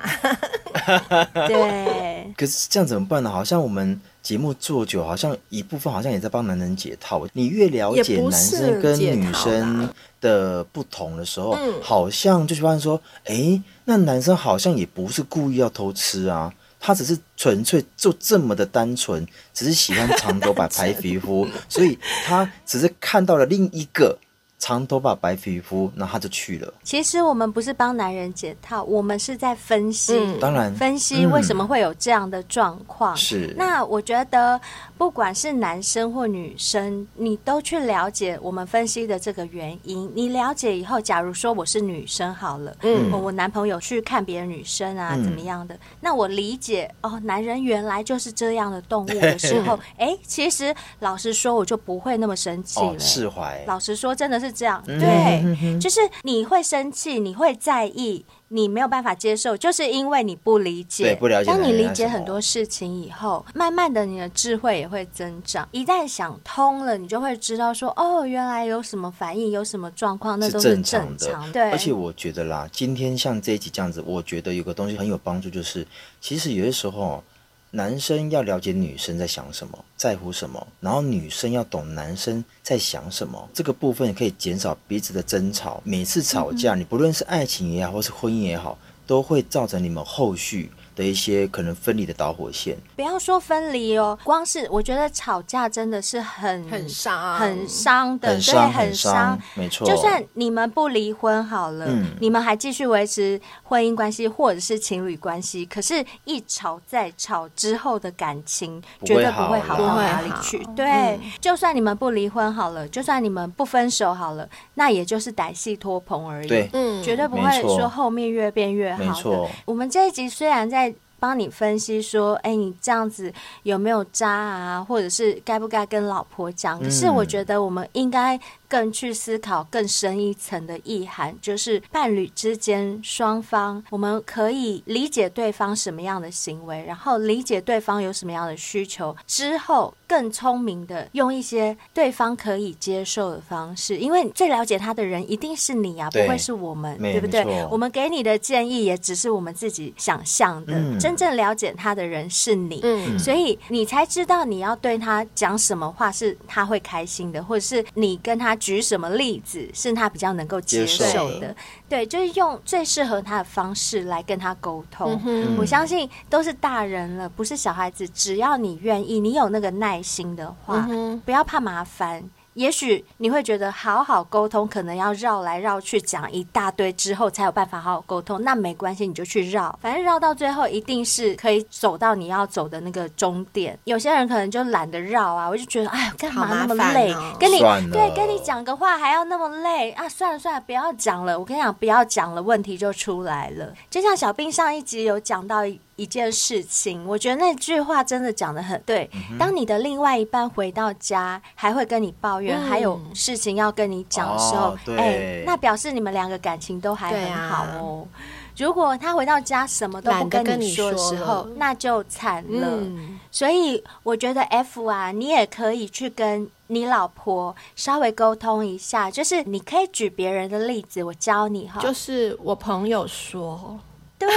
Speaker 2: 对
Speaker 3: 可是这样怎么办呢？好像我们节目做久，好像一部分好像也在帮男人解套。你越了解
Speaker 4: 也不
Speaker 3: 男
Speaker 4: 是
Speaker 3: 生跟
Speaker 4: 解
Speaker 3: 女
Speaker 4: 套
Speaker 3: 生
Speaker 4: 啦
Speaker 3: 的不同的时候，
Speaker 4: 嗯
Speaker 3: 好像就会发现说，哎、那男生好像也不是故意要偷吃啊。他只是纯粹就这么的单纯，只是喜欢长头发白皮 肤，所以他只是看到了另一个长头发白皮肤，那他就去了。
Speaker 4: 哦
Speaker 2: 其实我们不是帮男人解套，我们是在分析，
Speaker 4: 嗯
Speaker 3: 当然嗯
Speaker 2: 分析为什么会有这样的状况。
Speaker 3: 是
Speaker 2: 那我觉得不管是男生或女生，你都去了解我们分析的这个原因。你了解以后，假如说我是女生好了，嗯，我男朋友去看别的女生啊，
Speaker 3: 嗯
Speaker 2: 怎么样的？那我理解哦，男人原来就是这样的动物的 时候，哎，其实老实说，我就不会那么生气了。
Speaker 3: 哦，释怀，
Speaker 2: 老实说，真的是这样，
Speaker 3: 嗯
Speaker 2: 对，
Speaker 3: 嗯嗯
Speaker 2: 就是你会生气，你会在意，你没有办法接受，就是因为你不理解，
Speaker 3: 对不了解
Speaker 2: 当你
Speaker 3: 人家
Speaker 2: 理解
Speaker 3: 什么
Speaker 2: 很多事情以后，慢慢的你的智慧也会增长。一旦想通了，你就会知道说，哦，原来有什么反应，有什么状况，那
Speaker 3: 是
Speaker 2: 都
Speaker 3: 正
Speaker 2: 正常
Speaker 3: 常的。
Speaker 2: 对，
Speaker 3: 而且我觉得啦，今天像这一集这样子，我觉得有个东西很有帮助，就是其实有些时候哦男生要了解女生在想什么，在乎什么，然后女生要懂男生在想什么，这个部分可以减少彼此的争吵。每次吵
Speaker 2: 嗯
Speaker 3: 架，你不论是爱情也好，或是婚姻也好，都会造成你们后续的一些可能分离的导火线。
Speaker 2: 不要说分离哦，光是我觉得吵架真的是很
Speaker 4: 很伤
Speaker 2: 很伤的，
Speaker 3: 很
Speaker 2: 对，
Speaker 3: 伤，
Speaker 2: 很
Speaker 3: 伤，没错。
Speaker 2: 就算你们不离婚好了，
Speaker 3: 嗯
Speaker 2: 你们还继续维持婚姻关系或者是情侣关系，可是，一吵再吵之后的感情
Speaker 3: 不
Speaker 2: 绝
Speaker 3: 会
Speaker 2: 对不会
Speaker 3: 好
Speaker 2: 好
Speaker 3: 啦
Speaker 2: 到哪里去
Speaker 4: 不会好。
Speaker 2: 对，
Speaker 4: 嗯
Speaker 2: 就算你们不离婚好了，就算你们不分手好了，那也就是歹戏拖棚而已。
Speaker 3: 对
Speaker 4: 嗯
Speaker 2: 绝对不
Speaker 3: 没
Speaker 2: 会
Speaker 3: 错
Speaker 2: 说后面越变越
Speaker 3: 没
Speaker 2: 好的
Speaker 3: 错。
Speaker 2: 我们这一集虽然在帮你分析说，哎，你这样子有没有渣啊，或者是该不该跟老婆讲？可是
Speaker 3: 嗯
Speaker 2: 我觉得我们应该更去思考更深一层的意涵，就是伴侣之间双方，我们可以理解对方什么样的行为，然后理解对方有什么样的需求，之后更聪明的用一些对方可以接受的方式，因为最了解他的人一定是你啊，不
Speaker 3: 对
Speaker 2: 会是我们，
Speaker 3: 没
Speaker 2: 对不对
Speaker 3: 没错？
Speaker 2: 我们给你的建议也只是我们自己想象的，
Speaker 3: 嗯
Speaker 2: 真正了解他的人是你。
Speaker 4: 嗯
Speaker 2: 所以你才知道你要对他讲什么话是他会开心的，或者是你跟他举什么例子是他比较能够接受
Speaker 3: 接受
Speaker 2: 的。对，就是用最适合他的方式来跟他沟通。
Speaker 4: 嗯哼
Speaker 2: 我相信都是大人了，不是小孩子。只要你愿意，你有那个耐心的话，
Speaker 4: 嗯哼
Speaker 2: 不要怕麻烦。也许你会觉得好好沟通，可能要绕来绕去讲一大堆之后才有办法好好沟通。那没关系，你就去绕，反正绕到最后一定是可以走到你要走的那个终点。有些人可能就懒得绕啊，我就觉得哎，干嘛
Speaker 4: 好麻
Speaker 2: 那么
Speaker 4: 烦
Speaker 2: 累？
Speaker 4: 哦
Speaker 2: 跟你
Speaker 3: 算
Speaker 2: 对
Speaker 3: 了
Speaker 2: 跟你讲个话还要那么累啊？算了算了，不要讲了。我跟你讲，不要讲了，问题就出来了。就像小兵上一集有讲到一一件事情，我觉得那句话真的讲的很对。当你的另外一半回到家还会跟你抱怨，
Speaker 4: 嗯
Speaker 2: 还有事情要跟你讲的时候哎
Speaker 3: 哦，对
Speaker 2: 那表示你们两个感情都还
Speaker 4: 对
Speaker 2: 很
Speaker 4: 啊
Speaker 2: 好哦。如果他回到家什么都不
Speaker 4: 懒得
Speaker 2: 跟
Speaker 4: 跟
Speaker 2: 你
Speaker 4: 你
Speaker 2: 说的
Speaker 4: 说
Speaker 2: 时候
Speaker 4: 了，
Speaker 2: 那就惨了。
Speaker 4: 嗯
Speaker 2: 所以我觉得 F 啊，你也可以去跟你老婆稍微沟通一下，就是你可以举别人的例子，我教你哈。
Speaker 4: 就是我朋友说，
Speaker 2: 对，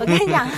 Speaker 2: 我跟你 讲，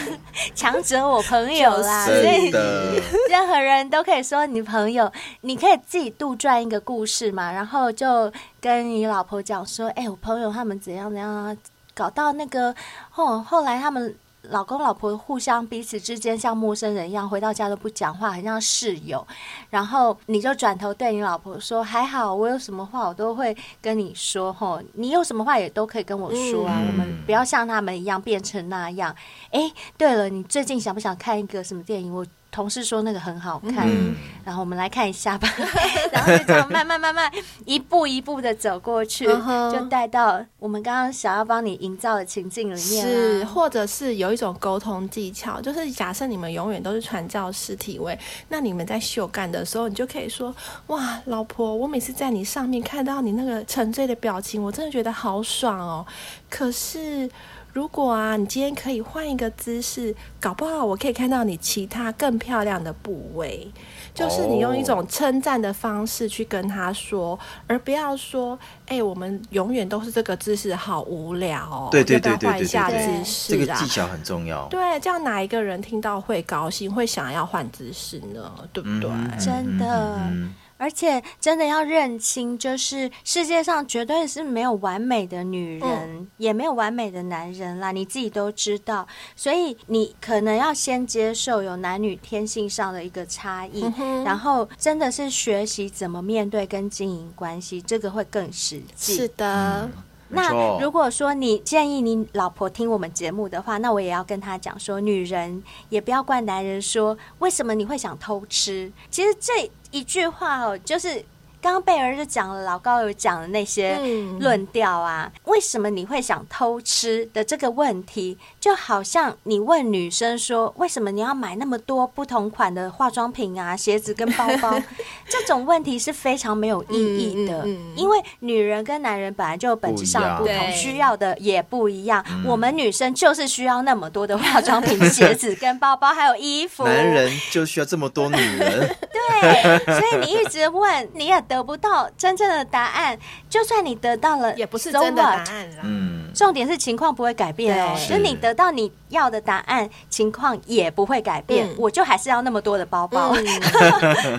Speaker 2: 强者我朋友啦，
Speaker 4: 就是
Speaker 2: 所以
Speaker 3: 真 的，
Speaker 2: 任何人都可以说你朋友，你可以自己杜撰一个故事嘛，然后就跟你老婆讲说，哎、我朋友他们怎样怎样啊，搞到那个后后来他们。老公老婆互相彼此之间像陌生人一样，回到家都不讲话，很像室友。然后你就转头对你老婆说：“还好，我有什么话我都会跟你说，吼，你有什么话也都可以跟我说啊。
Speaker 3: 嗯
Speaker 2: 我们不要像他们一样变成那样。”哎，对了，你最近想不想看一个什么电影？我同事说那个很好看，
Speaker 3: 嗯，
Speaker 2: 然后我们来看一下吧。 然后就这样慢慢慢慢一步一步的走过去，
Speaker 4: 嗯哼
Speaker 2: 就带到我们刚刚想要帮你营造的情境里面啊
Speaker 4: 是，
Speaker 2: 啦。
Speaker 4: 或者是有一种沟通技巧，就是假设你们永远都是传教士体位，那你们在秀干的时候，你就可以说：“哇，老婆，我每次在你上面看到你那个沉醉的表情，我真的觉得好爽哦。可是，如果啊，你今天可以换一个姿势，搞不好我可以看到你其他更漂亮的部位。”就是你用一种称赞的方式去跟他说，而不要说：“哎、我们永远都是这个姿势，好无聊哦。”
Speaker 3: 对对
Speaker 4: 要不要
Speaker 3: 对对
Speaker 4: 换一
Speaker 3: 对
Speaker 4: 下
Speaker 3: 对
Speaker 4: 姿
Speaker 2: 对
Speaker 3: 这个
Speaker 4: 势啊
Speaker 3: 技。巧很重要。
Speaker 4: 对，这样哪一个人听到会高兴，会想要换姿势呢？对不对？
Speaker 3: 嗯
Speaker 2: 真的
Speaker 3: 嗯嗯
Speaker 2: 而且真的要认清，就是世界上绝对是没有完美的女人，也没有完美的男人啦，你自己都知道。所以你可能要先接受有男女天性上的一个差异，
Speaker 4: 哼
Speaker 2: 然后真的是学习怎么面对跟经营关系，这个会更实际。
Speaker 4: 是的，
Speaker 3: 没错
Speaker 2: 那如果说你建议你老婆听我们节目的话，那我也要跟她讲说，女人也不要怪男人说为什么你会想偷吃。其实这一句话哦，就是。刚刚贝儿就讲了，老高有讲的那些
Speaker 4: 嗯
Speaker 2: 论调啊，为什么你会想偷吃的这个问题，就好像你问女生说，为什么你要买那么多不同款的化妆品啊、鞋子跟包包， 这种问题是非常没有意义的，
Speaker 4: 嗯嗯嗯
Speaker 2: 因为女人跟男人本来就本质上不
Speaker 3: 不一
Speaker 2: 同，
Speaker 3: 样嗯
Speaker 5: 对
Speaker 2: 需要的也不一样。我们女生就是需要那么多的化妆品、鞋 子跟包包，还有衣服。
Speaker 3: 男人就需要这么多女人，
Speaker 2: 对，所以你一直问，你也得不到真正的答案。就算你得到了，
Speaker 4: 也不是
Speaker 2: so
Speaker 4: 真的答
Speaker 2: what？
Speaker 4: 案啦。
Speaker 3: 嗯，
Speaker 2: 重点是情况不会改变哦，
Speaker 4: 对
Speaker 2: 就是你得到你要的答案，情况也不会改变。
Speaker 4: 嗯
Speaker 2: 我就还是要那么多的包包，
Speaker 3: 嗯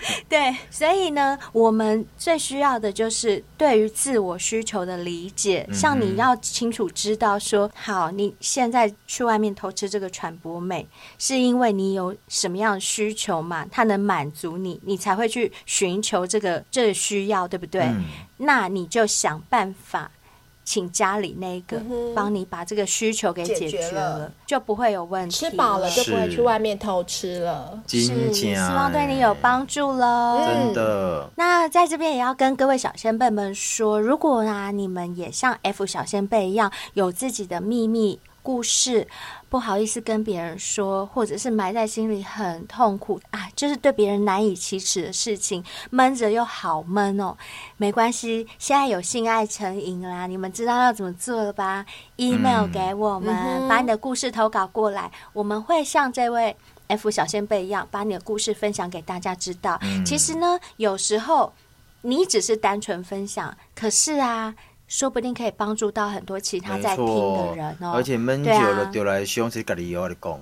Speaker 2: 对。所以呢，我们最需要的就是对于自我需求的理解。
Speaker 3: 嗯哼
Speaker 2: 像你要清楚知道说，好，你现在去外面偷吃这个传播美，是因为你有什么样的需求嘛？它能满足你，你才会去寻求这个这个需要，对不对？
Speaker 3: 嗯
Speaker 2: 那你就想办法请家里那一个
Speaker 4: 嗯哼
Speaker 2: 帮你把这个需求给解
Speaker 5: 解
Speaker 2: 决
Speaker 5: 决
Speaker 2: 了，
Speaker 5: 了
Speaker 2: 就不会有问题。
Speaker 5: 吃饱了就不会
Speaker 3: 是
Speaker 5: 去外面偷吃了。
Speaker 3: 金
Speaker 2: 希
Speaker 3: 奖，
Speaker 2: 望对你有帮助喽。
Speaker 5: 嗯
Speaker 3: 真的，
Speaker 2: 那在这边也要跟各位小先辈们说，如果啊你们也像 F 小先辈一样有自己的秘密故事，不好意思跟别人说，或者是埋在心里很痛苦啊，就是对别人难以启齿的事情，闷着又好闷哦。没关系，现在有性爱成瘾啦，你们知道要怎么做了吧？email
Speaker 3: 嗯
Speaker 2: 给我们，
Speaker 4: 嗯哼
Speaker 2: 把你的故事投稿过来，我们会像这位 F 小先辈一样，把你的故事分享给大家知道。
Speaker 3: 嗯
Speaker 2: 其实呢，有时候你只是单纯分享，可是啊，说不定可以帮助到很多其他
Speaker 3: 没
Speaker 2: 在听
Speaker 3: 错
Speaker 2: 的人哦。
Speaker 3: 而且闷久
Speaker 2: 对啊
Speaker 3: 了丢来凶，谁跟你有你讲？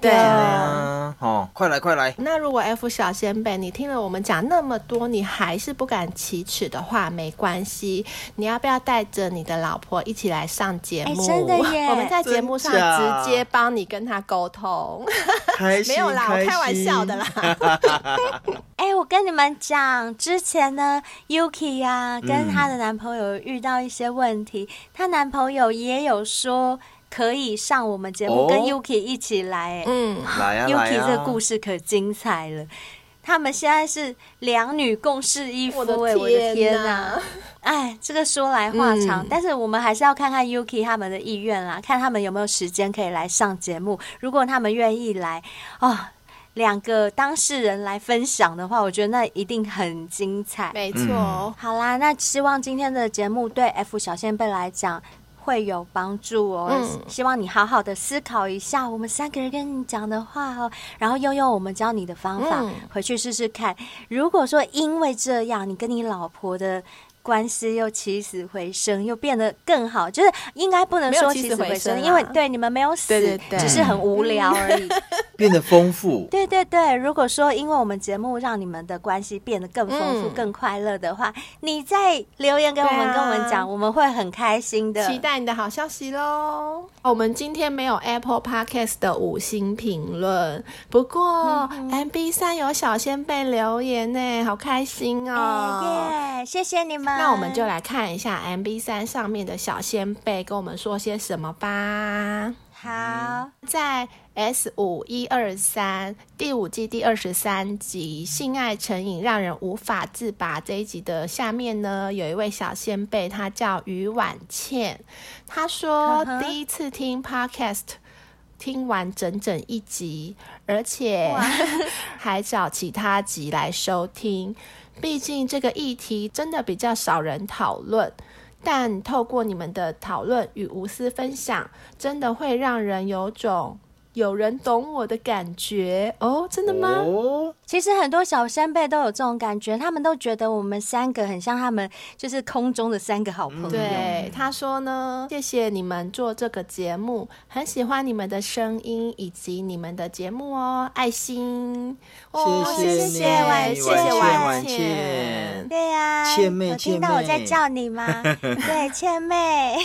Speaker 4: 对
Speaker 3: 啊，哦，快来快来，
Speaker 4: 那如果 F 小先辈，你听了我们讲那么多，你还是不敢启齿的话，没关系，你要不要带着你的老婆一起来上节目？
Speaker 2: 哎真的耶
Speaker 4: 我们在节目上
Speaker 3: 真假
Speaker 4: 直接帮你跟他沟通，
Speaker 3: 开心
Speaker 4: 没有啦，我开玩笑的。
Speaker 3: 心
Speaker 4: 啦。
Speaker 2: 哎、我跟你们讲，之前呢，Yuki 呀、
Speaker 3: 嗯
Speaker 2: 跟她的男朋友遇到一些问题，她、男朋友也有说可以上我们节目，
Speaker 3: 哦
Speaker 2: 跟 Yuki 一起来、哎、
Speaker 4: 嗯，
Speaker 3: 来啊
Speaker 2: y u
Speaker 3: 来
Speaker 2: k i
Speaker 3: 啊！
Speaker 2: 这个故事可精彩了。他们现在是两女共侍一夫、
Speaker 4: 我的
Speaker 2: 哎，我的天
Speaker 4: 天
Speaker 2: 呐、
Speaker 4: 哪
Speaker 2: 哎，这个说来话长，
Speaker 4: 嗯
Speaker 2: 但是我们还是要看看 Yuki 他们的意愿啦，看他们有没有时间可以来上节目。如果他们愿意来，哦，两个当事人来分享的话，我觉得那一定很精彩。
Speaker 4: 没错。
Speaker 3: 嗯
Speaker 2: 好啦，那希望今天的节目对 F 小先辈来讲会有帮助哦。
Speaker 4: 嗯
Speaker 2: 希望你好好的思考一下我们三个人跟你讲的话哦，然后用用我们教你的方法、
Speaker 4: 嗯
Speaker 2: 回去试试看。如果说因为这样，你跟你老婆的。关系又起死回生，又变得更好，就是应该不能
Speaker 4: 没有
Speaker 2: 说
Speaker 4: 起
Speaker 2: 起
Speaker 4: 死
Speaker 2: 死回
Speaker 4: 回
Speaker 2: 生，
Speaker 4: 生
Speaker 2: 因为
Speaker 4: 啦
Speaker 2: 对你们没有死，
Speaker 4: 对对对
Speaker 2: 只是很无聊而已。
Speaker 3: 变得丰富，
Speaker 2: 对对对，如果说因为我们节目让你们的关系变得更丰富、
Speaker 4: 嗯
Speaker 2: 更快乐的话，你再留言给我们，
Speaker 4: 对啊
Speaker 2: 跟我们讲，我们会很开心的。
Speaker 4: 期待你的好消息喽！我们今天没有 Apple Podcast 的五星评论，不过 MB 三有小先辈留言呢，好开心
Speaker 2: 哎
Speaker 4: 哦！
Speaker 2: 耶！谢谢你们。
Speaker 4: 那我们就来看一下 MB 三上面的小先辈跟我们说些什么吧。
Speaker 2: 好，
Speaker 4: 在 S 五一二三第五季第二十三集《性爱成瘾让人无法自拔》这一集的下面呢，有一位小先辈，她叫于婉倩，她说
Speaker 2: 嗯哼
Speaker 4: 第一次听 Podcast。听完整整一集，而且 还找其他集来收听。毕竟这个议题真的比较少人讨论，但透过你们的讨论与无私分享，真的会让人有种有人懂我的感觉哦。真的吗？
Speaker 3: 哦，
Speaker 2: 其实很多小先辈都有这种感觉，他们都觉得我们三个很像他们就是空中的三个好朋友。
Speaker 4: 嗯对，他说呢，谢谢你们做这个节目，很喜欢你们的声音以及你们的节目哦，爱心。哦，
Speaker 3: 谢
Speaker 4: 谢
Speaker 3: 你
Speaker 4: 婉
Speaker 2: 婉
Speaker 4: 谢
Speaker 2: 倩
Speaker 4: 谢
Speaker 3: 婉
Speaker 4: 倩
Speaker 3: 倩。
Speaker 2: 对呀、
Speaker 3: 倩妹
Speaker 2: 有听到我
Speaker 3: 倩妹
Speaker 2: 在叫你 吗？对，倩妹，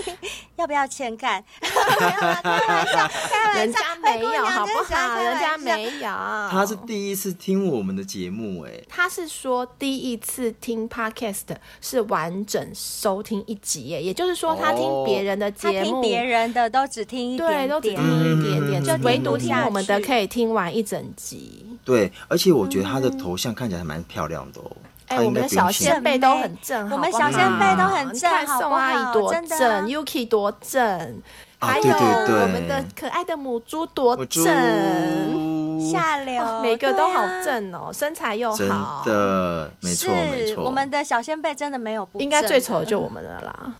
Speaker 2: 要不要欠干？ 没有啦开玩笑，开玩
Speaker 4: 人
Speaker 2: 笑
Speaker 4: 家，
Speaker 2: 灰
Speaker 4: 没
Speaker 2: 姑
Speaker 4: 有，
Speaker 2: 娘
Speaker 4: 好
Speaker 2: 真
Speaker 4: 不
Speaker 2: 喜欢
Speaker 4: 好？
Speaker 2: 开
Speaker 4: 人家
Speaker 2: 玩笑
Speaker 4: 没有，
Speaker 3: 他是第一次听我们的节目，哎，
Speaker 4: 他是说第一次听 podcast 是完整收听一集耶，也就是说他听
Speaker 3: 哦
Speaker 4: 别人的
Speaker 2: 他
Speaker 4: 节目，
Speaker 2: 听别人的都只听一点
Speaker 4: 对
Speaker 2: 点，
Speaker 4: 都只听
Speaker 3: 嗯
Speaker 4: 一点点，
Speaker 3: 嗯
Speaker 4: 就
Speaker 3: 嗯
Speaker 4: 唯
Speaker 3: 嗯嗯
Speaker 4: 独听我们的可以听完一整集。
Speaker 3: 对，而且我觉得他的头像看起来还蛮漂亮的哦，他
Speaker 4: 哎、我
Speaker 3: 应
Speaker 4: 们
Speaker 3: 该
Speaker 4: 的
Speaker 3: 不用
Speaker 4: 小
Speaker 3: 信
Speaker 4: 先辈都很正，
Speaker 2: 我们
Speaker 4: 好不好
Speaker 2: 小先辈都很
Speaker 4: 你
Speaker 2: 正
Speaker 4: 看
Speaker 2: 好
Speaker 4: 宋
Speaker 2: 不
Speaker 4: 阿
Speaker 2: 好
Speaker 4: 姨多
Speaker 2: 真的
Speaker 4: 正
Speaker 2: 啊
Speaker 4: ，Yuki 多正，
Speaker 3: 啊
Speaker 4: 还
Speaker 3: 对
Speaker 4: 有
Speaker 3: 对对
Speaker 4: 我们的可爱的母猪多
Speaker 3: 我猪
Speaker 4: 正。
Speaker 2: 哦
Speaker 3: 嗯
Speaker 2: 下流，
Speaker 4: 哇每个都好
Speaker 2: 对啊
Speaker 4: 正哦，身材又
Speaker 3: 真
Speaker 4: 好，
Speaker 3: 的没错没
Speaker 2: 是
Speaker 3: 错，
Speaker 2: 我们的小先辈真的没有不
Speaker 4: 应该
Speaker 2: 正
Speaker 4: 最
Speaker 2: 的
Speaker 4: 丑的就我们了啦。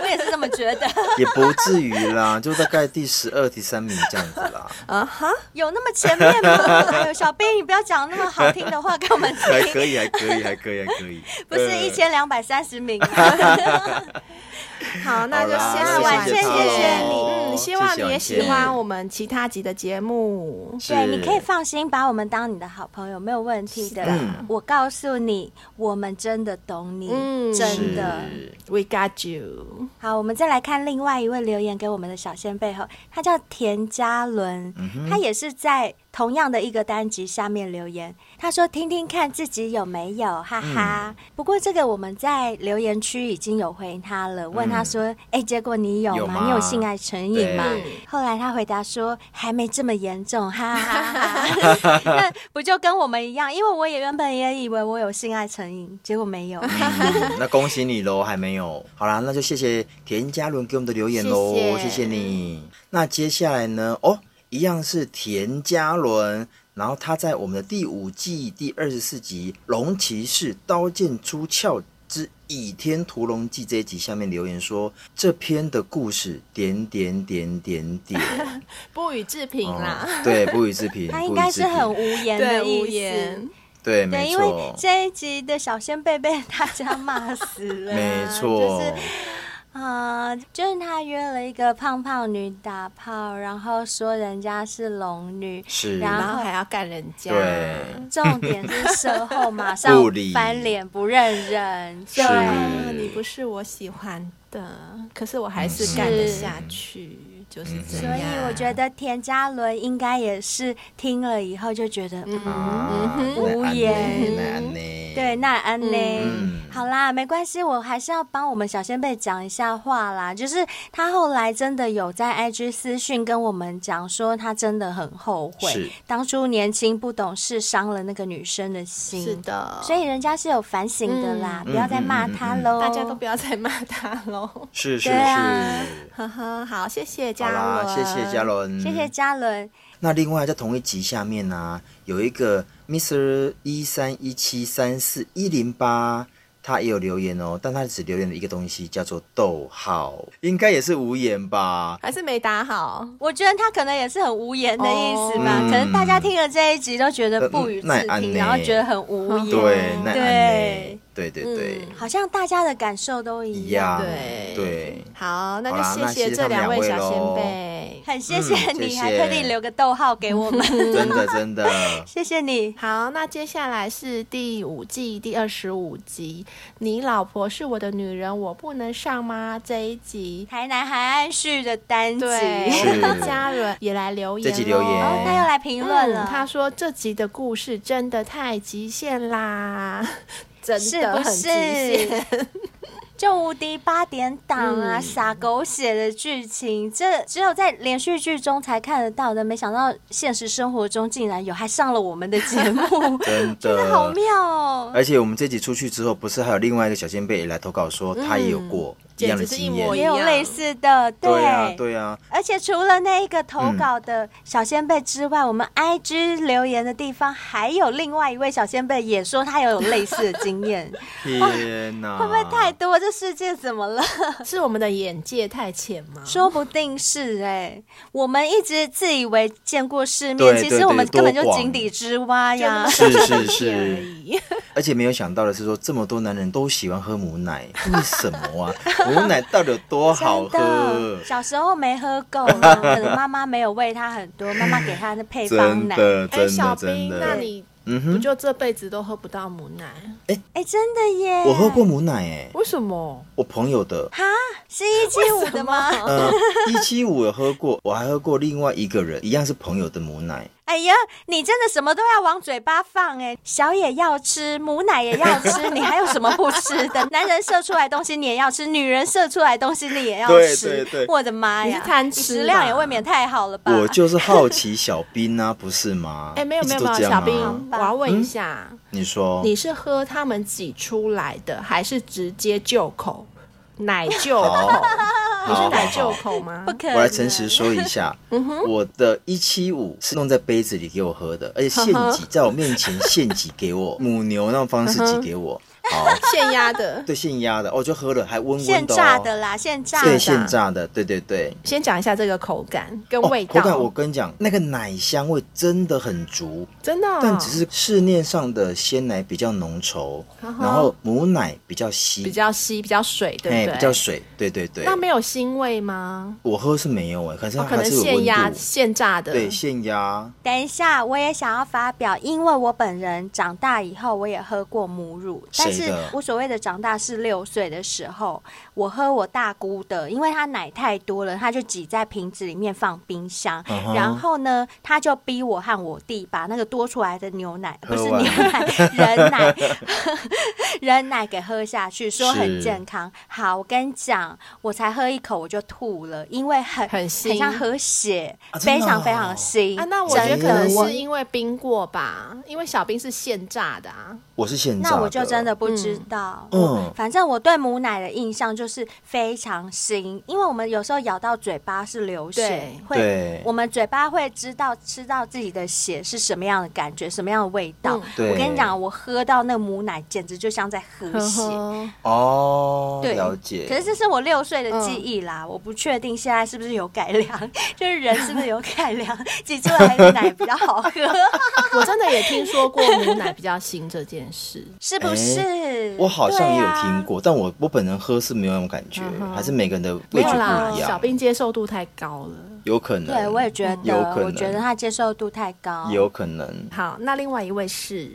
Speaker 2: 我也是这么觉得，
Speaker 3: 也不至于啦，就大概第十二、第三名这样子 啦，
Speaker 4: 啊哈，
Speaker 2: 有那么前面 吗？哎呦，小兵，你不要讲那么好听的话给我们
Speaker 3: 还可
Speaker 2: 听，
Speaker 3: 以，还可以，还可以，还可以。
Speaker 2: 不是
Speaker 3: 呃
Speaker 2: 一千两百三十名 吗？
Speaker 4: 好，那就
Speaker 3: 好啦
Speaker 4: 下晚
Speaker 2: 谢谢他
Speaker 4: 见
Speaker 2: 谢谢你
Speaker 3: 哦
Speaker 4: 嗯，希望你也喜欢我们其他集的节目。
Speaker 2: 对，你可以
Speaker 3: 是
Speaker 2: 放心把我们当你的好朋友，没有问题的。
Speaker 3: 嗯
Speaker 2: 我告诉你，我们真的懂你，
Speaker 4: 嗯
Speaker 2: 真的。
Speaker 3: 是
Speaker 4: We got you，
Speaker 2: 好，我们再来看另外一位留言给我们的小先辈后，他叫田嘉伦，
Speaker 3: 嗯
Speaker 2: 他也是在同样的一个单集下面留言，他说听听看自己有没有，哈
Speaker 3: 嗯
Speaker 2: 哈。不过这个我们在留言区已经有回他了，问他说，哎、结果你有
Speaker 3: 嗯有
Speaker 2: 吗？
Speaker 3: 吗
Speaker 2: 你有性爱成瘾吗
Speaker 3: 对？
Speaker 2: 后来他回答说还没这么严重，哈哈 哈哈。那不就跟我们一样？因为我也原本也以为我有性爱成瘾，结果没有。
Speaker 3: 嗯那恭喜你喽，还没有。好啦，那就谢谢田嘉伦给我们的留言喽，
Speaker 4: 谢
Speaker 3: 谢
Speaker 4: 谢
Speaker 3: 你。那接下来呢？哦，一样是田嘉伦，然后他在我们的第五季第二十四集《龙骑士刀剑出鞘之倚天屠龙记》这一集下面留言说，这篇的故事点点点点 点，
Speaker 4: 不予置评啦。
Speaker 3: 哦对，不予置评，
Speaker 2: 他
Speaker 3: 不
Speaker 2: 应
Speaker 3: 予
Speaker 2: 该是
Speaker 3: 置评
Speaker 2: 很无言的
Speaker 4: 无
Speaker 2: 意思
Speaker 4: 言。。
Speaker 3: 对，
Speaker 2: 对，
Speaker 3: 没
Speaker 2: 因为
Speaker 3: 错，
Speaker 2: 这一集的小仙贝被大家骂死了，
Speaker 3: 没
Speaker 2: 就
Speaker 3: 错
Speaker 2: 是。啊、就是他约了一个胖胖女打炮，然后说人家是龙 女，
Speaker 3: 是
Speaker 2: 然
Speaker 4: 然后还要干人家，
Speaker 3: 对，
Speaker 2: 重点是事后马上
Speaker 3: 不理
Speaker 2: 翻脸不认人，
Speaker 3: 是
Speaker 2: 对，
Speaker 4: 啊你不是我喜欢的，可是我还
Speaker 3: 嗯
Speaker 4: 是干得下去，就是这
Speaker 2: 所
Speaker 4: 样。
Speaker 2: 以我觉得田嘉伦应该也是听了以后就觉得，嗯
Speaker 3: 啊，
Speaker 2: 无言
Speaker 3: 那安呢？
Speaker 2: 对，那安呢？
Speaker 3: 嗯
Speaker 2: 好啦，没关系，我还是要帮我们小先辈讲一下话啦。就是他后来真的有在 IG 私讯跟我们讲说，他真的很后
Speaker 3: 是
Speaker 2: 悔，当初年轻不懂事，伤了那个女生的心。
Speaker 4: 是，的，嗯
Speaker 2: 所以人家是有反省的啦，不要再骂
Speaker 3: 嗯
Speaker 2: 他喽、
Speaker 4: 大家都不要再骂他喽。
Speaker 3: 是是
Speaker 2: 对啊
Speaker 3: 是，
Speaker 4: 呵呵，好，谢谢
Speaker 3: 好
Speaker 4: 嘉
Speaker 3: 啦，
Speaker 4: 伦，
Speaker 3: 谢谢嘉。伦，
Speaker 2: 谢谢。嘉伦，
Speaker 3: 那另外在同一集下面呢、有一个 Mr 一三一七三四一零八。他也有留言哦，但他只留言了一个东西，叫做逗号，应该也是无言吧？
Speaker 4: 还是没打好，
Speaker 2: 我觉得他可能也是很无言的意思吧。
Speaker 3: 哦呃
Speaker 2: 可能大家听了这一集都觉得不予置
Speaker 3: 那那也安
Speaker 2: 评，
Speaker 3: 呢
Speaker 2: 然后觉得很无言。
Speaker 3: 对，那安
Speaker 2: 对
Speaker 3: 呢？对对对，
Speaker 2: 好像大家的感受都一
Speaker 3: 一
Speaker 2: 样。
Speaker 3: 样，
Speaker 4: 对
Speaker 3: 对，
Speaker 4: 好，那
Speaker 3: 好啦
Speaker 4: 就
Speaker 3: 那谢
Speaker 4: 谢
Speaker 3: 谢他
Speaker 4: 这
Speaker 3: 们
Speaker 4: 两
Speaker 3: 两
Speaker 4: 位
Speaker 3: 位
Speaker 4: 小
Speaker 3: 咯
Speaker 4: 先辈。
Speaker 2: 很谢谢
Speaker 3: 嗯
Speaker 2: 你，
Speaker 3: 谢谢
Speaker 2: 还特地留个逗号给我们，
Speaker 3: 真的真的，
Speaker 2: 谢谢你。
Speaker 4: 好，那接下来是第五季第二十五集，你老婆是我的女人，我不能上吗？这一集，
Speaker 2: 台南海岸市的单集，
Speaker 4: 对，
Speaker 3: 是
Speaker 4: 我们的家人也来留言、
Speaker 3: 这集留言，
Speaker 2: 哦，他又来评论了，
Speaker 4: 嗯他说这集的故事真的太极限啦，真
Speaker 2: 是
Speaker 4: 的
Speaker 2: 不
Speaker 4: 很极限。 嗯
Speaker 2: 是？就无敌八点档啊，撒狗血的剧情，这只有在连续剧中才看得到的，没想到现实生活中竟然有，还上了我们的节目
Speaker 3: 真的，
Speaker 2: 真的好妙哦！
Speaker 3: 而且我们这集出去之后，不是还有另外一个小先辈也来投稿说他也有过一样的经
Speaker 4: 嗯简直是一模一
Speaker 3: 验。
Speaker 2: 也有类似的，
Speaker 3: 对啊，对啊，
Speaker 2: 而且除了那一个
Speaker 3: 嗯
Speaker 2: 投稿的小先辈之外，我们 IG 留言的地方还有另外一位小先辈也说他也有类似的经 验，
Speaker 3: 天哪！
Speaker 2: 会不会太多？这世界怎么
Speaker 3: 啊
Speaker 2: 了？
Speaker 4: 是我们的眼界太浅吗？
Speaker 2: 说不定是哎、我们一直自以为见过世面，
Speaker 3: 对
Speaker 2: 其
Speaker 3: 对
Speaker 2: 实
Speaker 3: 对
Speaker 2: 我们根本就
Speaker 3: 多广
Speaker 2: 井底之蛙
Speaker 4: 就那
Speaker 2: 呀
Speaker 4: 么。
Speaker 3: 是
Speaker 4: 小
Speaker 3: 是
Speaker 4: 片而
Speaker 3: 是，
Speaker 4: 已。
Speaker 3: 而且没有想到的是说，这么多男人都喜欢喝母奶，为什么啊？ 母奶到底有多好
Speaker 2: 真
Speaker 3: 喝
Speaker 2: 的，？小时候没喝够嘛，可能妈妈没有喂他很多，妈妈给他的配方
Speaker 3: 真
Speaker 2: 奶。
Speaker 3: 的，
Speaker 4: 哎，
Speaker 3: 真
Speaker 4: 小
Speaker 3: 的，
Speaker 4: 兵
Speaker 3: 真，的。
Speaker 4: 那你
Speaker 3: 嗯
Speaker 4: 不
Speaker 3: 哼，
Speaker 4: 就这辈子都喝不到母奶？
Speaker 2: 哎、真的耶！
Speaker 3: 我喝过母奶诶，
Speaker 4: 为什么？
Speaker 3: 我朋友的，
Speaker 2: 哈，是一七五的吗？
Speaker 3: 呃，一七五有喝过，我还喝过另外一个人一样是朋友的母奶。
Speaker 2: 哎、哎呀，你真的什么都要往嘴巴放哎、小也要吃，母奶也要吃，你还有什么不吃 的？男人射出来的东西你也要吃，女人射出来的东西你也要
Speaker 3: 对
Speaker 2: 吃。
Speaker 3: 对对
Speaker 2: 我的妈
Speaker 4: 你
Speaker 2: 呀，
Speaker 4: 是贪
Speaker 2: 你
Speaker 4: 吃
Speaker 2: 食量
Speaker 4: 吧
Speaker 2: 也未免太好了吧？
Speaker 3: 我就是好奇小兵啊，不是吗？
Speaker 4: 呃哎，没有
Speaker 3: 一
Speaker 4: 没
Speaker 3: 直
Speaker 4: 有
Speaker 3: 都
Speaker 4: 没
Speaker 3: 这
Speaker 4: 有，
Speaker 3: 样
Speaker 4: 小
Speaker 3: 啊嗯
Speaker 4: 兵，
Speaker 2: 吧
Speaker 4: 我要问一下，
Speaker 3: 你说
Speaker 4: 你是喝他们挤出来的，还是直接就口奶就
Speaker 3: 好
Speaker 4: 口？，你
Speaker 3: 好
Speaker 4: 是奶
Speaker 3: 好
Speaker 4: 就
Speaker 3: 好
Speaker 4: 口吗
Speaker 2: 不？可
Speaker 3: 我
Speaker 2: 能，
Speaker 3: 来诚实说一 下，
Speaker 4: 嗯
Speaker 3: 我的一七五是弄在杯子里给我喝的，而且现挤在我面 前现挤给我，母牛那种方式挤给我，好，
Speaker 4: 现压的。
Speaker 3: 对，现压的，哦，就喝了，还温温
Speaker 2: 现
Speaker 3: 的、哦，
Speaker 2: 榨的啦，现榨
Speaker 3: 对，
Speaker 2: 的。
Speaker 3: 现榨的，对对对。
Speaker 4: 先讲一下这个口感跟
Speaker 3: 哦
Speaker 4: 味
Speaker 3: 口
Speaker 4: 道，
Speaker 3: 感我跟你讲，那个奶香味真的很足，
Speaker 4: 真的哦、
Speaker 3: 但只是市面上的鲜奶比较浓稠，
Speaker 4: 啊哈
Speaker 3: 然后母奶比较稀，
Speaker 4: 比较稀、比较水，对
Speaker 3: 哎
Speaker 4: 不对？
Speaker 3: 比较水，对对对。
Speaker 4: 那没有腥味吗？
Speaker 3: 我喝是没有哎，可是它
Speaker 4: 哦、可
Speaker 3: 还
Speaker 4: 能
Speaker 3: 是有
Speaker 4: 现
Speaker 3: 温
Speaker 4: 压、
Speaker 3: 度，
Speaker 4: 现榨的。
Speaker 3: 对，现压。
Speaker 2: 等一下，我也想要发表，因为我本人长大以后，我也喝过母乳，
Speaker 3: 谁
Speaker 2: 但
Speaker 3: 的
Speaker 2: 是我所谓的长大是六岁的时候，我喝我大姑的，因为她奶太多了，她就挤在瓶子里面放冰箱
Speaker 3: 嗯哼
Speaker 2: 然后呢，她就逼我和我弟把那个多出来的牛奶，
Speaker 3: 喝
Speaker 2: 不是
Speaker 3: 完
Speaker 2: 牛奶， 人奶，人奶给喝下去，说很
Speaker 3: 是
Speaker 2: 健康。好，我跟你讲，我才喝一口我就吐了，因为很
Speaker 4: 很
Speaker 2: 很像
Speaker 4: 腥
Speaker 2: 喝血，
Speaker 3: 啊真
Speaker 2: 非
Speaker 3: 的
Speaker 2: 常
Speaker 3: 哦
Speaker 2: 非常腥
Speaker 4: 啊，那我觉得可能
Speaker 3: 真的
Speaker 4: 是因为冰过吧，因为小冰是现榨的啊。
Speaker 3: 我是现榨
Speaker 2: 那我就真的不知道。
Speaker 3: 嗯
Speaker 2: 我
Speaker 3: 嗯
Speaker 2: 反正我对母奶的印象就是非常腥，因为我们有时候咬到嘴巴是流血
Speaker 4: 对，
Speaker 2: 会
Speaker 3: 对
Speaker 2: 我们嘴巴会知道吃到自己的血是什么样的感觉，什么样的味道。
Speaker 4: 嗯
Speaker 3: 对
Speaker 2: 我跟你讲，我喝到那母奶简直就像在喝血。
Speaker 3: 哦，
Speaker 2: 对，
Speaker 3: 了解。
Speaker 2: 可是这是我六岁的记忆啦，我不确定现在是不是有改良， 就是人是不是有改良，挤 出来的奶比较好喝，
Speaker 4: 啊我真的也听说过母奶比较腥这件 事。
Speaker 2: 是不是？
Speaker 3: 哎
Speaker 2: 啊
Speaker 3: 我好像也有
Speaker 2: 过。
Speaker 3: 听过，但我我本人喝是没有那种感觉，
Speaker 2: 啊
Speaker 4: 嗯哼
Speaker 3: 还是每个人的
Speaker 4: 没
Speaker 3: 味觉
Speaker 4: 有啦
Speaker 3: 不一，
Speaker 4: 小
Speaker 3: 样，
Speaker 4: 冰接受度太高了。
Speaker 3: 有可能。
Speaker 2: 对，我也觉得，
Speaker 3: 嗯有可能
Speaker 2: 我觉得他接受度太高。
Speaker 3: 有可能。
Speaker 4: 好，那另外一位是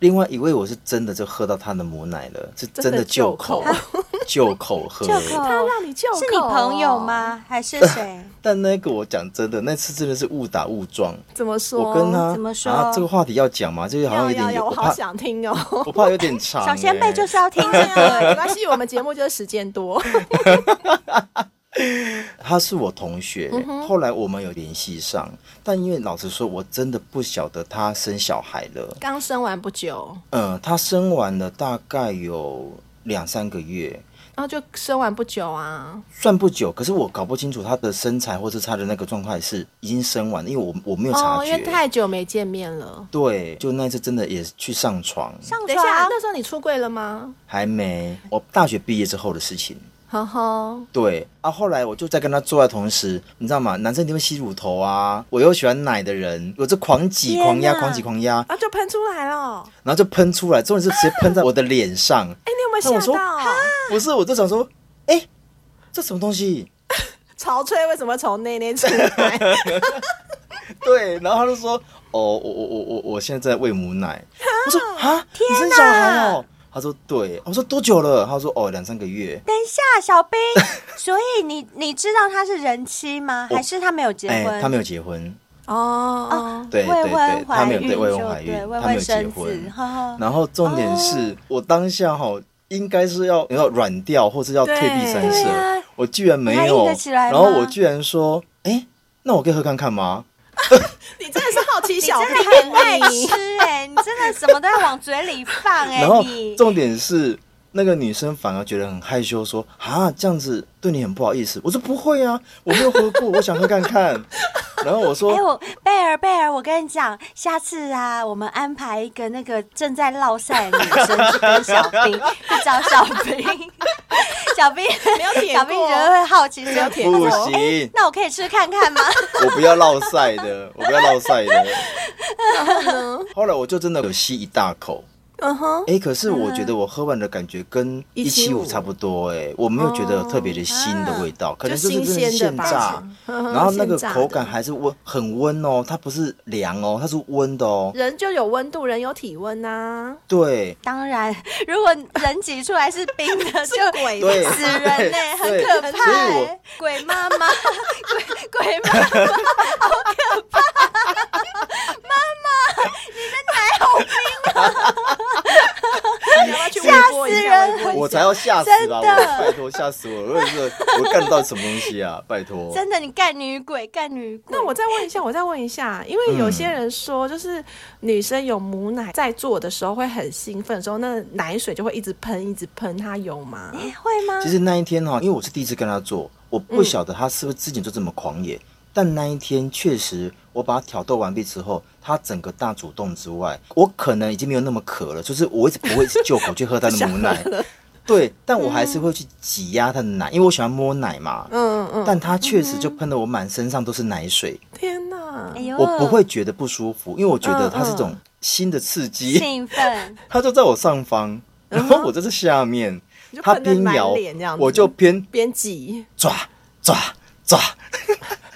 Speaker 3: 另外一位我是真的就喝到他的母奶了，是真的就口 就口 喝。
Speaker 2: 就口，
Speaker 4: 他让你救
Speaker 2: 哦
Speaker 4: 口、哦
Speaker 2: 是你朋友？吗？还是 谁？
Speaker 3: 但那个我讲真的，那次真的是误打误撞。
Speaker 4: 怎么说？
Speaker 3: 我跟他
Speaker 2: 哦怎么说
Speaker 3: 啊，这个话题要讲吗？这个好像
Speaker 4: 要
Speaker 3: 有点
Speaker 4: 要要，
Speaker 3: 我
Speaker 4: 我好
Speaker 3: 怕
Speaker 4: 想听哦。
Speaker 3: 我怕有点长欸。
Speaker 2: 小先辈就是要听
Speaker 4: 当
Speaker 2: 这
Speaker 4: 然
Speaker 2: 个。
Speaker 4: 啊没关系，我们节目就是时间多。
Speaker 3: 他是我同学，
Speaker 4: 嗯
Speaker 3: 后来我们有联系上，但因为老实说，我真的不晓得他生小孩了。
Speaker 4: 刚生完不久，
Speaker 3: 嗯，他生完了大概有两三个月，
Speaker 4: 然后就生完不久啊，
Speaker 3: 算不久，可是我搞不清楚他的身材或是他的那个状态是已经生完了，因为我我没有察
Speaker 4: 哦，因
Speaker 3: 觉。
Speaker 4: 为太久没见面了。
Speaker 3: 对，就那次真的也去上床，
Speaker 2: 上
Speaker 4: 等一下，
Speaker 2: 床啊
Speaker 4: 那时候你出柜了吗？
Speaker 3: 还没我大学毕业之后的事情。
Speaker 4: 呵呵，
Speaker 3: 对啊，后来我就在跟他做的同时，你知道吗？男生一定会吸乳头啊，我又喜欢奶的人，我就狂挤、
Speaker 2: 天
Speaker 3: 狂压、
Speaker 2: 哪
Speaker 3: 狂挤、狂压，
Speaker 4: 啊，就喷出来了。
Speaker 3: 然后就喷出来，重点是直接喷在我的脸上。
Speaker 4: 哎，你有
Speaker 3: 那
Speaker 4: 没
Speaker 3: 我
Speaker 4: 有吓
Speaker 3: 说
Speaker 4: 到？
Speaker 3: 不是，我就想说，哎、这什么东西？
Speaker 4: 潮吹为什么从内内出来？
Speaker 3: 对，然后他就说，哦，我我我我我现在在喂母奶。我说啊，你生小孩哦？他说对。我说多久了？他说哦，两三个月。
Speaker 2: 等一下，小兵， 所以你你知道他是人妻吗？
Speaker 3: 我
Speaker 2: 还是他没有结
Speaker 3: 哎、
Speaker 2: 婚？
Speaker 3: 他没有结婚，
Speaker 4: 哦，
Speaker 3: 对
Speaker 2: 未
Speaker 3: 对对
Speaker 2: 婚，
Speaker 3: 他
Speaker 2: 怀
Speaker 3: 没有
Speaker 2: 孕
Speaker 3: 对
Speaker 2: 就
Speaker 3: 未婚怀孕
Speaker 2: 对，未
Speaker 3: 他没
Speaker 2: 婚
Speaker 3: 有结
Speaker 2: 生子
Speaker 3: 婚。。
Speaker 2: 呵呵
Speaker 3: 然后重点是、
Speaker 2: 哦
Speaker 3: 我当下哈，应该是要要软掉，或是要退避三舍、
Speaker 2: 对啊
Speaker 3: 我居然没
Speaker 2: 你还
Speaker 3: 有
Speaker 2: 硬得起。来吗
Speaker 3: 然后我居然说，哎、那我可以喝看看吗？
Speaker 4: 你真的是好奇小嗯
Speaker 2: 真的很
Speaker 4: 兵
Speaker 2: 爱吃哎、你真的什么都要往嘴里放哎、
Speaker 3: 然后
Speaker 2: 你
Speaker 3: 重点是那个女生反而觉得很害羞，说啊这样子对你很不好意思。我说不会啊，我没有喝过，我想喝看看。然后我说
Speaker 2: 哎、，我贝尔贝尔，我跟你讲，下次啊，我们安排一个那个正在落赛的女生去跟小兵，去找小兵。小兵
Speaker 4: 没有舔
Speaker 2: 小
Speaker 4: 过
Speaker 2: 兵觉得会好奇说，
Speaker 4: 有舔
Speaker 3: 不
Speaker 4: 我
Speaker 3: 行，
Speaker 2: 那我可以吃看看吗？
Speaker 3: 我不要落晒的，我不要落晒的。后来我就真的有吸一大口，
Speaker 4: 嗯哼，
Speaker 3: 哎、可是我觉得我喝完的感觉跟一七五
Speaker 4: 175
Speaker 3: 差不多、哎，我没有觉得有特别的新的味道，可能就是真
Speaker 4: 新鲜的
Speaker 3: 现
Speaker 4: 吧
Speaker 3: 榨，
Speaker 4: 嗯哼
Speaker 3: 然后那个
Speaker 4: 现榨的
Speaker 3: 口感还是温，很温哦，它不是凉哦，它是温的哦，
Speaker 4: 人就有温度，人有体温啊 呐、
Speaker 3: 对，
Speaker 2: 当然，如果人挤出来是冰的，就
Speaker 4: 鬼
Speaker 3: 对
Speaker 2: 死人呢、
Speaker 3: 对
Speaker 2: 很可怕、
Speaker 3: 所以
Speaker 2: 欸
Speaker 3: 我。
Speaker 2: 鬼妈妈，鬼鬼妈妈，好可怕！死人
Speaker 4: 播一下，微波一下
Speaker 3: 我才要吓死吧！我
Speaker 2: 真的
Speaker 3: 拜托吓死我了！我也是我干得到什么东西啊？拜托，
Speaker 2: 真的，你干女鬼，干女鬼。
Speaker 4: 那我再问一下，我再问一下，因为有些人说，就是女生有母奶在做的时候会很兴奋的时候，那奶水就会一直喷，一直喷，它有吗？
Speaker 2: 你哎会吗？
Speaker 3: 其实那一天哈、因为我是第一次跟他做，我不晓得他是不是之前就这么狂野，但那一天确实，我把他挑逗完毕之后，他整个大主动之外，我可能已经没有那么渴了，就是我一直不会救口去喝他的母奶，对，但我还是会去挤压他的奶，因为我喜欢摸奶嘛。
Speaker 4: 嗯嗯，
Speaker 3: 但他确实就喷得我满身上都是奶水，
Speaker 4: 天哪
Speaker 2: 哎！呦，
Speaker 3: 我不会觉得不舒服，因为我觉得
Speaker 4: 嗯
Speaker 3: 它是一种
Speaker 4: 嗯
Speaker 3: 新的刺激，
Speaker 2: 兴奋，
Speaker 3: 它就在我上方，然后我在这下面，
Speaker 4: 嗯你就
Speaker 3: 它
Speaker 4: 喷得
Speaker 3: 边
Speaker 4: 满
Speaker 3: 摇
Speaker 4: 脸这样，子
Speaker 3: 我就边
Speaker 4: 边挤
Speaker 3: 抓抓抓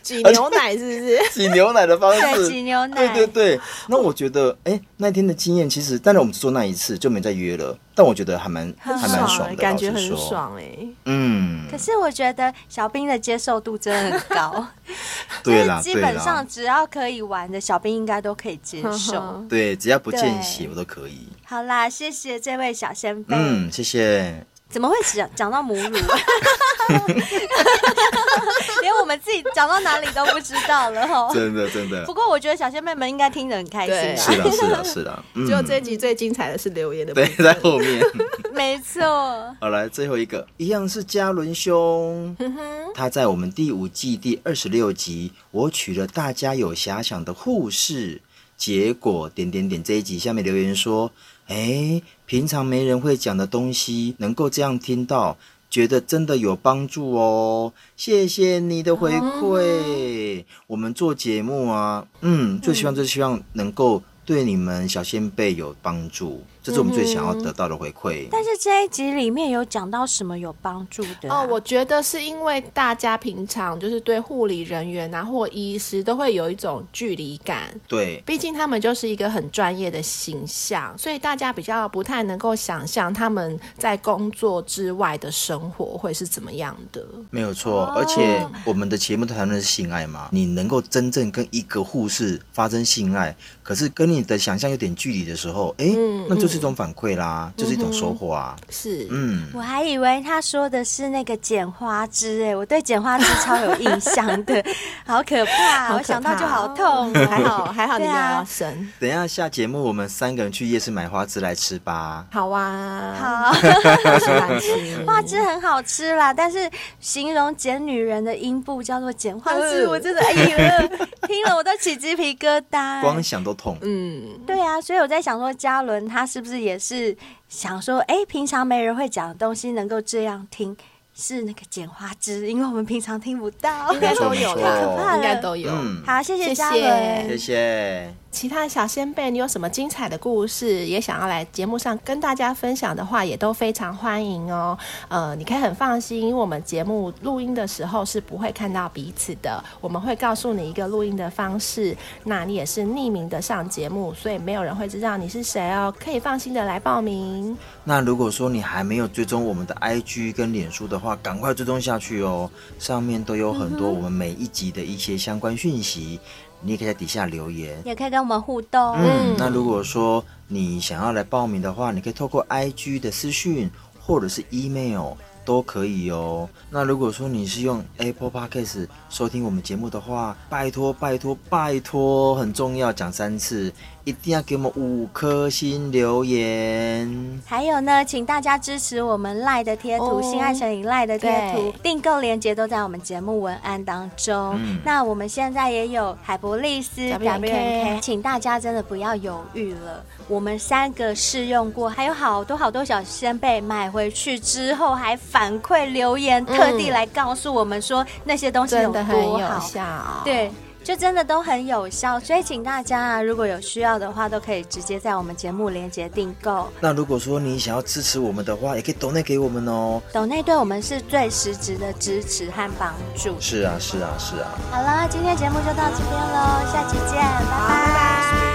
Speaker 4: 挤牛奶，是不 是？
Speaker 3: 挤牛奶的方
Speaker 2: 对，
Speaker 3: 式，
Speaker 2: 挤牛奶，
Speaker 3: 对对对。那我觉觉得，哎、那天的经验其实，当然我们只做那一次就没再约了，但我觉得还蛮还蛮爽
Speaker 4: 欸
Speaker 3: 的，
Speaker 4: 感觉
Speaker 3: 老
Speaker 4: 很
Speaker 3: 实说，
Speaker 4: 爽哎、
Speaker 3: 嗯
Speaker 2: 可，是我觉得小兵的接受度真的很 高，
Speaker 3: 对啦
Speaker 2: 就是
Speaker 3: 对
Speaker 2: 基本
Speaker 3: 啦
Speaker 2: 上，只要可以玩的小兵应该都可以接
Speaker 4: 嗯
Speaker 2: 受。
Speaker 3: 对，只要不见
Speaker 2: 对
Speaker 3: 血我都可以。
Speaker 2: 好啦，谢谢这位小先辈。
Speaker 3: 嗯，谢谢。
Speaker 2: 怎么会讲讲到母乳？啊 连我们自己讲到哪里都不知道了哦。
Speaker 3: 真的真的
Speaker 2: 不，过我觉得小仙妹们应该听得很开
Speaker 4: 对
Speaker 2: 心
Speaker 3: 是
Speaker 2: 啊，
Speaker 3: 啦是啦 是啦，嗯
Speaker 4: 只，有这一集最精彩的是留言的部
Speaker 3: 对
Speaker 4: 分，，
Speaker 3: 在后面。
Speaker 2: 没错。
Speaker 3: 好，来最后一个，一样是嘉伦兄，他在我们第五季第二十六集，我娶了大家有遐想的护士，结果点点点这一集下面留言说，哎，平常没人会讲的东西，能够这样听到。觉得真的有帮助哦，谢谢你的回馈。我们做节目啊，嗯，最希望最希望能够对你们小先辈有帮助，这是我们最想要得到的回馈。
Speaker 2: 但是这一集里面有讲到什么有帮助的啊、
Speaker 4: 哦，我觉得是因为大家平常就是对护理人员啊或医师都会有一种距离感，
Speaker 3: 对，
Speaker 4: 毕竟他们就是一个很专业的形象，所以大家比较不太能够想象他们在工作之外的生活会是怎么样的。
Speaker 3: 没有错，而且我们的节目都谈论是性爱嘛，你能够真正跟一个护士发生性爱，可是跟你的想象有点距离的时候，哎、那就是一种反馈啦，就是一种收获啊。
Speaker 4: 是，
Speaker 3: 嗯，
Speaker 2: 我还以为他说的是那个剪花枝、哎，我对剪花枝超有印象的，好可怕，
Speaker 4: 好可怕哦
Speaker 2: 我想到就好痛，
Speaker 4: 还好还好你没有
Speaker 2: 对啊
Speaker 4: 要生，
Speaker 3: 等一下下节目我们三个人去夜市买花枝来吃吧。
Speaker 4: 好啊，
Speaker 2: 好，
Speaker 4: 好，喜欢吃
Speaker 2: 花枝很好吃啦，但是形容剪女人的阴部叫做剪花枝，
Speaker 4: 嗯
Speaker 2: 我真的哎呀， 听了我都起鸡皮疙瘩。欸
Speaker 3: 光想都痛，
Speaker 4: 嗯，
Speaker 2: 对啊，所以我在想说，嘉伦他是不是也是想说，哎、平常没人会讲的东西能够这样听，是那个剪花枝，因为我们平常听不到。
Speaker 4: 应该哦都有啦，
Speaker 3: 没错没错
Speaker 4: 应该都有。
Speaker 3: 嗯，
Speaker 2: 好，谢
Speaker 4: 嗯谢谢
Speaker 2: 嘉伦，
Speaker 3: 谢谢。
Speaker 4: 其他的小先辈，你有什么精彩的故事，也想要来节目上跟大家分享的话，也都非常欢迎哦。呃，你可以很放心，因为我们节目录音的时候是不会看到彼此的，我们会告诉你一个录音的方式，那你也是匿名的上节目，所以没有人会知道你是谁哦，可以放心的来报名。
Speaker 3: 那如果说你还没有追踪我们的 IG 跟脸书的话，赶快追踪下去哦，上面都有很多我们每一集的一些相关讯息，你也可以在底下留言。
Speaker 2: 也可以跟我们互动。
Speaker 3: 嗯，那如果说你想要来报名的话，你可以透过 IG 的私讯或者是 email 都可以哦。那如果说你是用 Apple Podcast 收听我们节目的话，拜托拜托拜托，很重要，讲三次，一定要给我们五颗星留言。
Speaker 2: 还有呢，请大家支持我们赖的贴图，
Speaker 4: 哦
Speaker 2: 性爱成瘾赖的贴图
Speaker 4: 对，
Speaker 2: 订购链接都在我们节目文案当中。
Speaker 3: 嗯
Speaker 2: 那我们现在也有海博利斯
Speaker 4: WNK
Speaker 2: WNK，请大家真的不要犹豫了。我们三个试用过，还有好多好多小先辈买回去之后还反馈留言，
Speaker 4: 嗯
Speaker 2: 特地来告诉我们说那些东西有
Speaker 4: 真的很
Speaker 2: 多
Speaker 4: 有
Speaker 2: 好。
Speaker 4: 效，，
Speaker 2: 对，就真的都很有效，所以请大家啊，如果有需要的话，都可以直接在我们节目连接订购。
Speaker 3: 那如果说你想要支持我们的话，也可以 donate 给我们哦。
Speaker 2: 抖内对我们是最实质的支持和帮助。
Speaker 3: 是啊，是啊，是啊。
Speaker 2: 好了，今天节目就到这边喽，下期见，拜拜